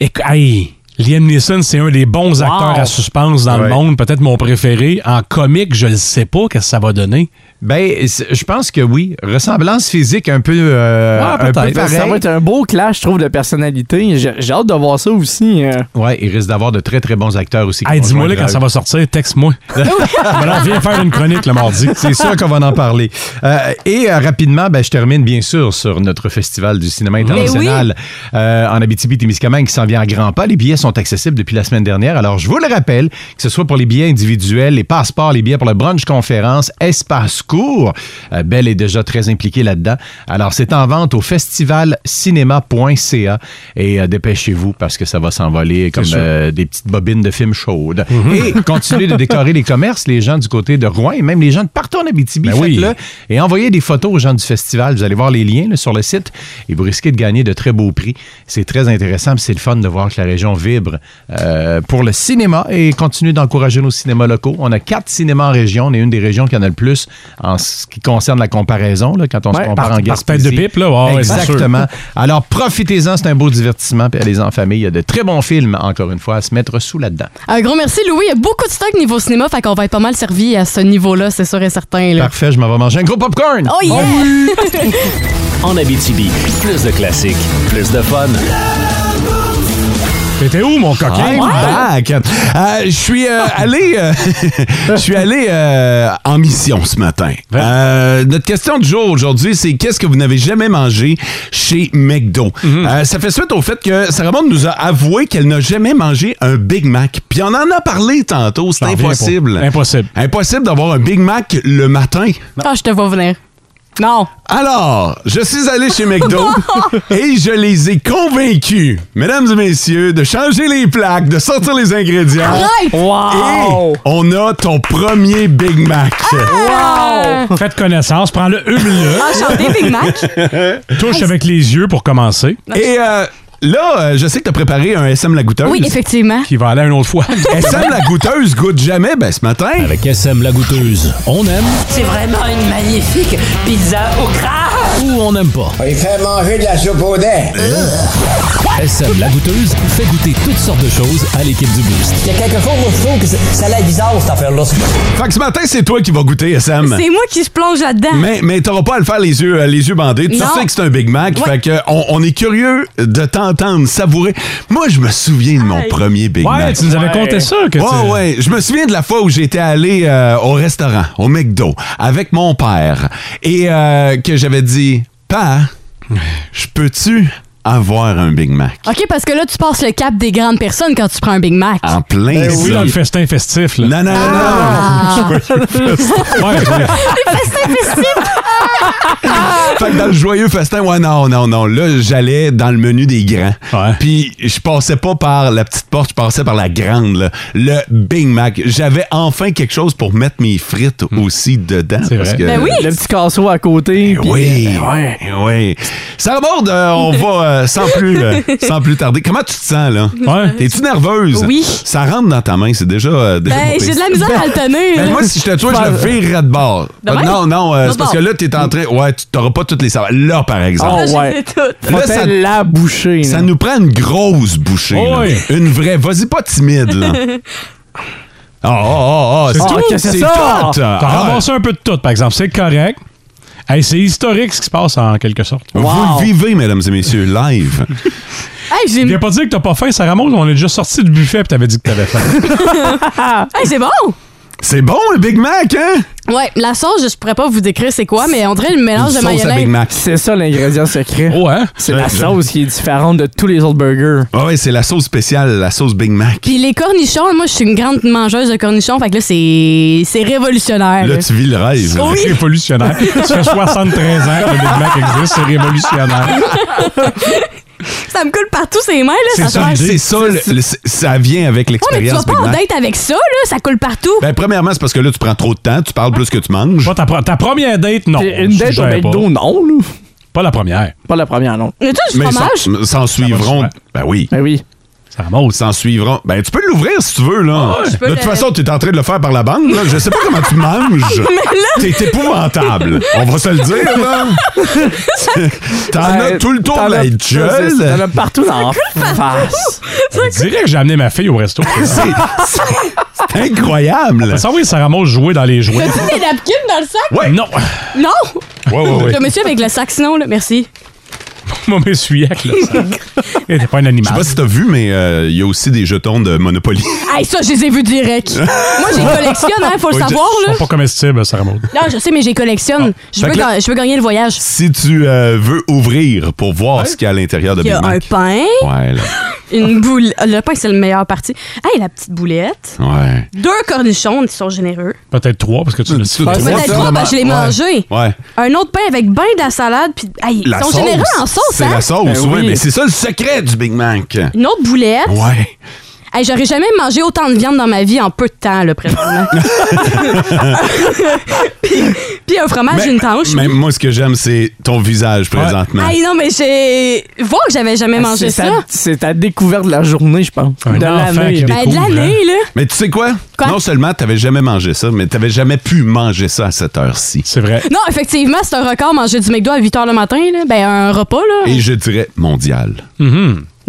Et, hey, Liam Neeson, c'est un des bons acteurs à suspense dans Ouais. le monde. Peut-être mon préféré. En comique, je le sais pas qu'est-ce que ça va donner. Ben, c'est- je pense que oui. Ressemblance physique un peu, euh, Ah, un peu peut-être. pareil. Ça va être un beau clash, je trouve, de personnalité. J'ai j'ai hâte de voir ça aussi. euh. Ouais, il risque d'avoir de très très bons acteurs aussi. Hey, dis-moi là quand ça va sortir, texte-moi. Voilà, viens faire une chronique le mardi. C'est sûr qu'on va en parler. Euh, et euh, rapidement, ben, je termine bien sûr sur notre festival du cinéma international euh, en Abitibi-Témiscamingue qui s'en vient à grands pas. Les billets sont accessibles depuis la semaine dernière. Alors, je vous le rappelle, que ce soit pour les billets individuels, les passeports, les billets pour le brunch conférence, espace court, euh, Belle est déjà très impliquée là-dedans. Alors, c'est en vente au festivalcinéma.ca et euh, dépêchez-vous parce que ça va s'envoler comme sûr. euh, des petites bobines de films chaudes. Mhm. [LAUGHS] Et continuez de décorer les commerces, les gens du côté de Rouen et même les gens de partout en Abitibi. Ben faites-le oui. et envoyez des photos aux gens du festival. Vous allez voir les liens là, sur le site et vous risquez de gagner de très beaux prix. C'est très intéressant. puis C'est le fun de voir que la région vibre euh, pour le cinéma et continue d'encourager nos cinémas locaux. On a quatre cinémas en région. On est une des régions qui en a le plus en ce qui concerne la comparaison là, quand on Ouais, se compare par- en par tête Gaspésie. de pipe, là. Ouais, ouais, c'est sûr. [LAUGHS] Exactement. Alors profitez-en. C'est un beau divertissement. Puis allez-en en famille. Il y a de très bons films, encore une fois, à se mettre sous là-dedans. Un gros merci, Louis. Il y a beaucoup de stock niveau cinéma, fait qu'on va être pas mal servi à ce niveau-là, c'est sûr et certain. Là. Parfait, je m'en vais manger un gros popcorn. Oh Ah yeah! [LAUGHS] En Abitibi, plus de classiques, plus de fun. T'étais où, mon Ah, coquin? Ah. ouais. Back. Euh, je suis euh, allé, euh, [LAUGHS] je suis allé euh, en mission ce matin. Euh, notre question du jour aujourd'hui, c'est qu'est-ce que vous n'avez jamais mangé chez McDo? Mhm. Euh, ça fait suite au fait que Sarah Maud nous a avoué qu'elle n'a jamais mangé un Big Mac. Puis on en a parlé tantôt, c'est J'en reviens impossible. pas. Impossible. Impossible d'avoir un Big Mac le matin. Ah, je te vois venir. Non. Alors, je suis allé chez McDo et je les ai convaincus, mesdames et messieurs, de changer les plaques, de sortir les ingrédients. Arrête! Wow! Et on a ton premier Big Mac. Wow! Faites connaissance, prends-le, hume-le. Enchanté, Big Mac. [LAUGHS] Touche avec les yeux pour commencer. Et euh, là, euh, je sais que tu as préparé un SM La Goûteuse. Oui, effectivement. Qui va aller une [LAUGHS] autre fois. SM La Goûteuse goûte jamais, ben ce matin. Avec SM La Goûteuse, on aime C'est vraiment une magnifique pizza au gras. ou on n'aime pas. Il fait manger de la soupe au lait. SM La Goûteuse fait goûter toutes sortes de choses à l'équipe du Boost. Il y a quelque chose où je trouve que c'est- ça a l'air bizarre, cette affaire-là. Fait que ce matin, c'est toi qui vas goûter, SM. C'est moi qui se plonge là-dedans. Mais, mais t'auras pas à le faire les yeux, euh, les yeux bandés. Tu Non. sais que c'est un Big Mac. Ouais. Fait que on, on est curieux de t'entendre savourer. Moi, je me souviens de mon premier Big Ouais, Mac. tu nous avais conté ça que tu- ouais, ouais. Je me souviens de la fois où j'étais allé euh, au restaurant, au McDo, avec mon père. Et euh, que j'avais dit, « Pa, je peux-tu avoir un Big Mac. OK, parce que là, tu passes le cap des grandes personnes quand tu prends un Big Mac. En plein Ben oui, ça. dans le festin festif. Là. Non, non, non, [LAUGHS] Ah. Fait que dans le joyeux festin, ouais, non, non, non. Là, j'allais dans le menu des grands. Puis je passais pas par la petite porte, je passais par la grande, là. Le Big Mac. J'avais enfin quelque chose pour mettre mes frites aussi dedans. parce que- Ben Le petit casseau à côté. puis- Ben euh, ben Oui, oui. Ça aborde, euh, on va euh, sans, plus, [LAUGHS] euh, sans plus tarder. Comment tu te sens, là? T'es-tu nerveuse? Oui. Ça rentre dans ta main, c'est déjà... euh, déjà Ben, pas j'ai pire. de la misère à le tenir. Ben, moi, si je te toi, je le virerais de bord. De même? non, non, euh, De c'est parce que bord. là, t'es en train... Ouais, tu t'auras pas toutes les saveurs. Là, par exemple. Oh, ouais. Là, Là, ça- la bouchée. Ça nous prend une grosse bouchée. là. Oui. Une vraie. Vas-y, pas [LAUGHS] timide, là. Ah, ah, ah, C'est ah, tout, c'est tout. T'as Ah, ramassé un peu de tout, par exemple. C'est correct. Hey, c'est historique ce qui se passe en quelque sorte. Vous le vivez, mesdames et messieurs, live. Hey, j'ai... pas dit que t'as pas faim, Sarah Maud. On est déjà sorti du buffet puis t'avais dit que t'avais faim. [LAUGHS] hey, c'est bon! C'est bon, un Big Mac, hein? Ouais, la sauce, je pourrais pas vous décrire c'est quoi, mais on dirait le mélange de mayonnaise. C'est ça l'ingrédient secret. C'est Ouais, la je- sauce qui est différente de tous les autres burgers. Ah ouais, c'est la sauce spéciale, la sauce Big Mac. Puis les cornichons, moi, je suis une grande mangeuse de cornichons, fait que là, c'est, c'est révolutionnaire. Là, tu vis le rêve. Oui. Révolutionnaire. Ça fait 73 ans que le Big Mac existe. C'est [LAUGHS] révolutionnaire. ça me coule partout ces mains, là. C'est ça ça, change. c'est ça, le- le- ça vient avec Ouais, mais tu vas l'expérience pas Big en Mac. date avec ça, là. Ça coule partout. Ben, premièrement, c'est parce que là, tu prends trop de temps, tu parles plus que tu manges. Pas ta, première date, non. Une date au McDo, non, là. Pas la première. Pas la première, non. Mais tu Mais s'en- S'en suivront. Ben oui. Ben oui. Ça remonte. S'en suivront. Ben, tu peux l'ouvrir si tu veux, là. Ah ouais. Je peux de toute le- façon, tu es en train de le faire par la bande, là. Je sais pas comment [LAUGHS] tu manges. Mais T'es là- épouvantable. On va se le dire, là. T'en as tout le tour de la gueule. T'en as partout [LAUGHS] dans la face. On dirait que j'ai amené ma fille au resto. C'est incroyable. Ça, oui, Sarah Maud jouer dans les jouets. T'as-tu des napkins dans le sac? Ouais. Non. Non! Ouais, ouais, ouais. Je me suis avec le sac sinon, là. Merci. Moi, mes suyac, là. ça. Eh, T'es pas un Je sais animal. pas si t'as vu, mais euh, il y a aussi des jetons de Monopoly. Hey, ça, je les ai vus direct. [LAUGHS] Moi, j'ai collectionne, hein, faut le Oui, je- savoir, là. je- Pas comestible, Sarah Maud. Non, je sais, mais j'ai collectionne. Je Fait veux, que là- ga- je veux gagner le voyage. Si tu euh, veux ouvrir pour voir ce qu'il y a à l'intérieur de Il y Big a un Mac. pain, Ouais, là. une boule. ah, Le pain, c'est le meilleur parti. Hey, la petite boulette. Ouais. Deux cornichons, ils sont généreux. Peut-être trois, parce que tu l'as dit. Peut-être trois, parce que je l'ai mangé. Ouais. Un autre pain avec ben de la salade. Puis, hey, [LAUGHS] ils La sont sauce. généreux en sauce, C'est hein? la sauce, Ben oui, oui. mais c'est ça le secret du Big Mac. Une autre boulette. Ouais. Hey, J'aurais jamais mangé autant de viande dans ma vie en peu de temps, là, présentement. Puis un fromage, une tranche. Même moi, ce que j'aime, c'est ton visage présentement. Hey, non, mais j'ai. Voir que j'avais jamais mangé Ah, C'est ça. ta- C'est ta découverte de la journée, je pense. de l'année. Ben, de l'année, là. Mais tu sais quoi? Quoi? Non seulement t'avais jamais mangé ça, mais t'avais jamais pu manger ça à cette heure-ci. C'est vrai. Non, effectivement, c'est un record manger du McDo à 8 h le matin, là. Ben, un repas, là. Et je dirais mondial.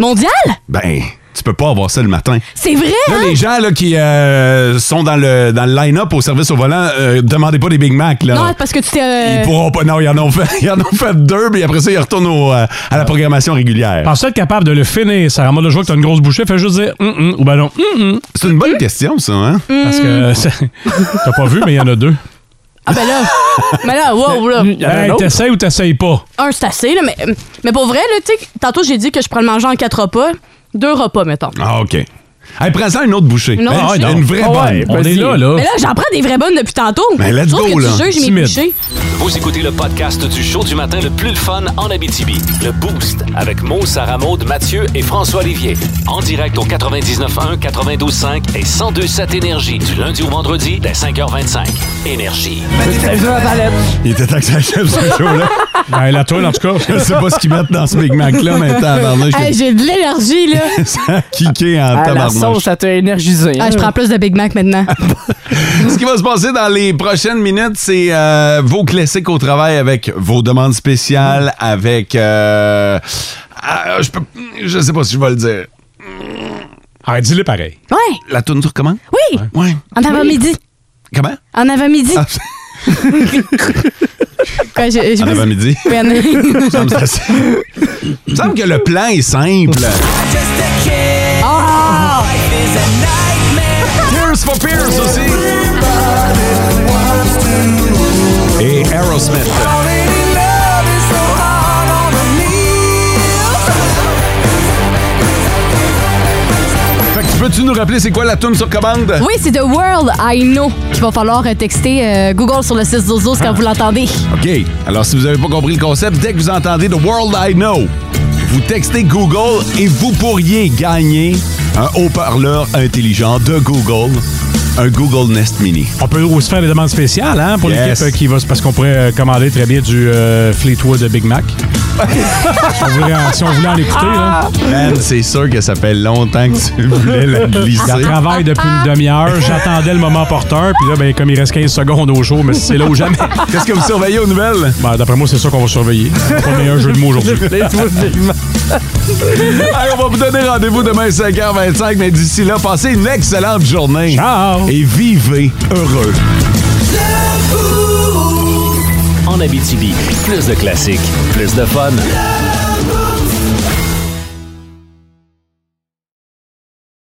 Mondial? Ben, tu peux pas avoir ça le matin. C'est vrai, Là, hein? les gens là, qui euh, sont dans le, dans le line-up au service au volant, euh, demandez pas des Big Mac. Là. Non, parce que tu t'es. euh, Ils pourront pas. Non, ils en ont fait, [LAUGHS] ils en ont fait deux, mais après ça, ils retournent au, euh, à la programmation régulière. Pense être capable de le finir, Sarah Maud. Le jour que t'as une grosse bouchée, fais juste dire hum, hum ou ben non. hum, hum. C'est une bonne question, ça, hein? Parce que c'est- t'as pas vu, mais il y en a deux. Mm. Ah, Ben, ben là. mais là, wow, là. Hey, t'essayes ou t'essayes pas? un, c'est assez, là. Mais, mais pour vrai, là, tu sais, tantôt, j'ai dit que je pourrais le manger en quatre repas. Deux repas, mettons. Ah, OK. Hey, prends-en une autre bouchée. Une autre Ben, bouchée? Une vraie Ah bonne. ouais, vas-y. Mais là, [LAUGHS] j'en prends des vraies bonnes depuis tantôt. Ben, let's Sauf go, que là. Tu juges mes Timide. bouchées. Vous écoutez le podcast du show du matin le plus le fun en Abitibi, le Boost, avec Mo, Sarah Maud, Mathieu et François Olivier. En direct au 99.1, 92.5 et 102.7 Énergie du lundi au vendredi dès 5h25. Énergie. Il était temps que ça achève ce show-là. Ben, la toile, en tout cas. Je sais pas ce qu'ils mettent dans ce Big Mac-là, [LAUGHS] mais tabarnak, Hey, j'ai de l'énergie, là. ça a kické en Ah, la tabarnak. sauce, ça t'a énergisé. Ah, je prends plus de Big Mac [LAUGHS] maintenant. Ce qui va se passer dans les prochaines minutes, c'est euh, vos classiques au travail avec vos demandes spéciales, avec... euh, ah, je, peux, je sais pas si je vais le dire. Ah, dis-le pareil. Ouais. La tourne sur comment? Oui. Ouais. En avant-midi. Comment? En avant-midi. [LAUGHS] Ah. Quoi, je- je- En avant-midi. Oui, en- [LAUGHS] Ça me- ça- Il me semble que le plan est simple. Ah! Tears for Pierce aussi. Et Aerosmith. peux-tu nous rappeler c'est quoi la toune sur commande? Oui, c'est The World I Know qu'il va falloir euh, texter euh, Google sur le 612 Ah. quand vous l'entendez. OK. Alors, si vous n'avez pas compris le concept, dès que vous entendez The World I Know, vous textez Google et vous pourriez gagner un haut-parleur intelligent de Google, un Google Nest Mini. On peut aussi faire des demandes spéciales hein, pour Yes. l'équipe euh, qui va... Parce qu'on pourrait euh, commander très bien du euh, Fleetwood Big Mac. si, on voulait, en- si on voulait en écouter, là. Man, c'est sûr que ça fait longtemps que tu [LAUGHS] voulais la glisser. Il travaille depuis une demi-heure. J'attendais le moment porteur. Puis là, ben, comme il reste 15 secondes au show, mais c'est là ou jamais. Qu'est-ce que vous surveillez aux nouvelles? Ben, D'après moi, c'est ça qu'on va surveiller. C'est pas le meilleur jeu de mots [LAUGHS] [LAUGHS] aujourd'hui. Hey, on va vous donner rendez-vous demain 5h25, mais d'ici là, passez une excellente journée. Ciao! Et vivez heureux. En Abitibi, plus de classiques, plus de fun.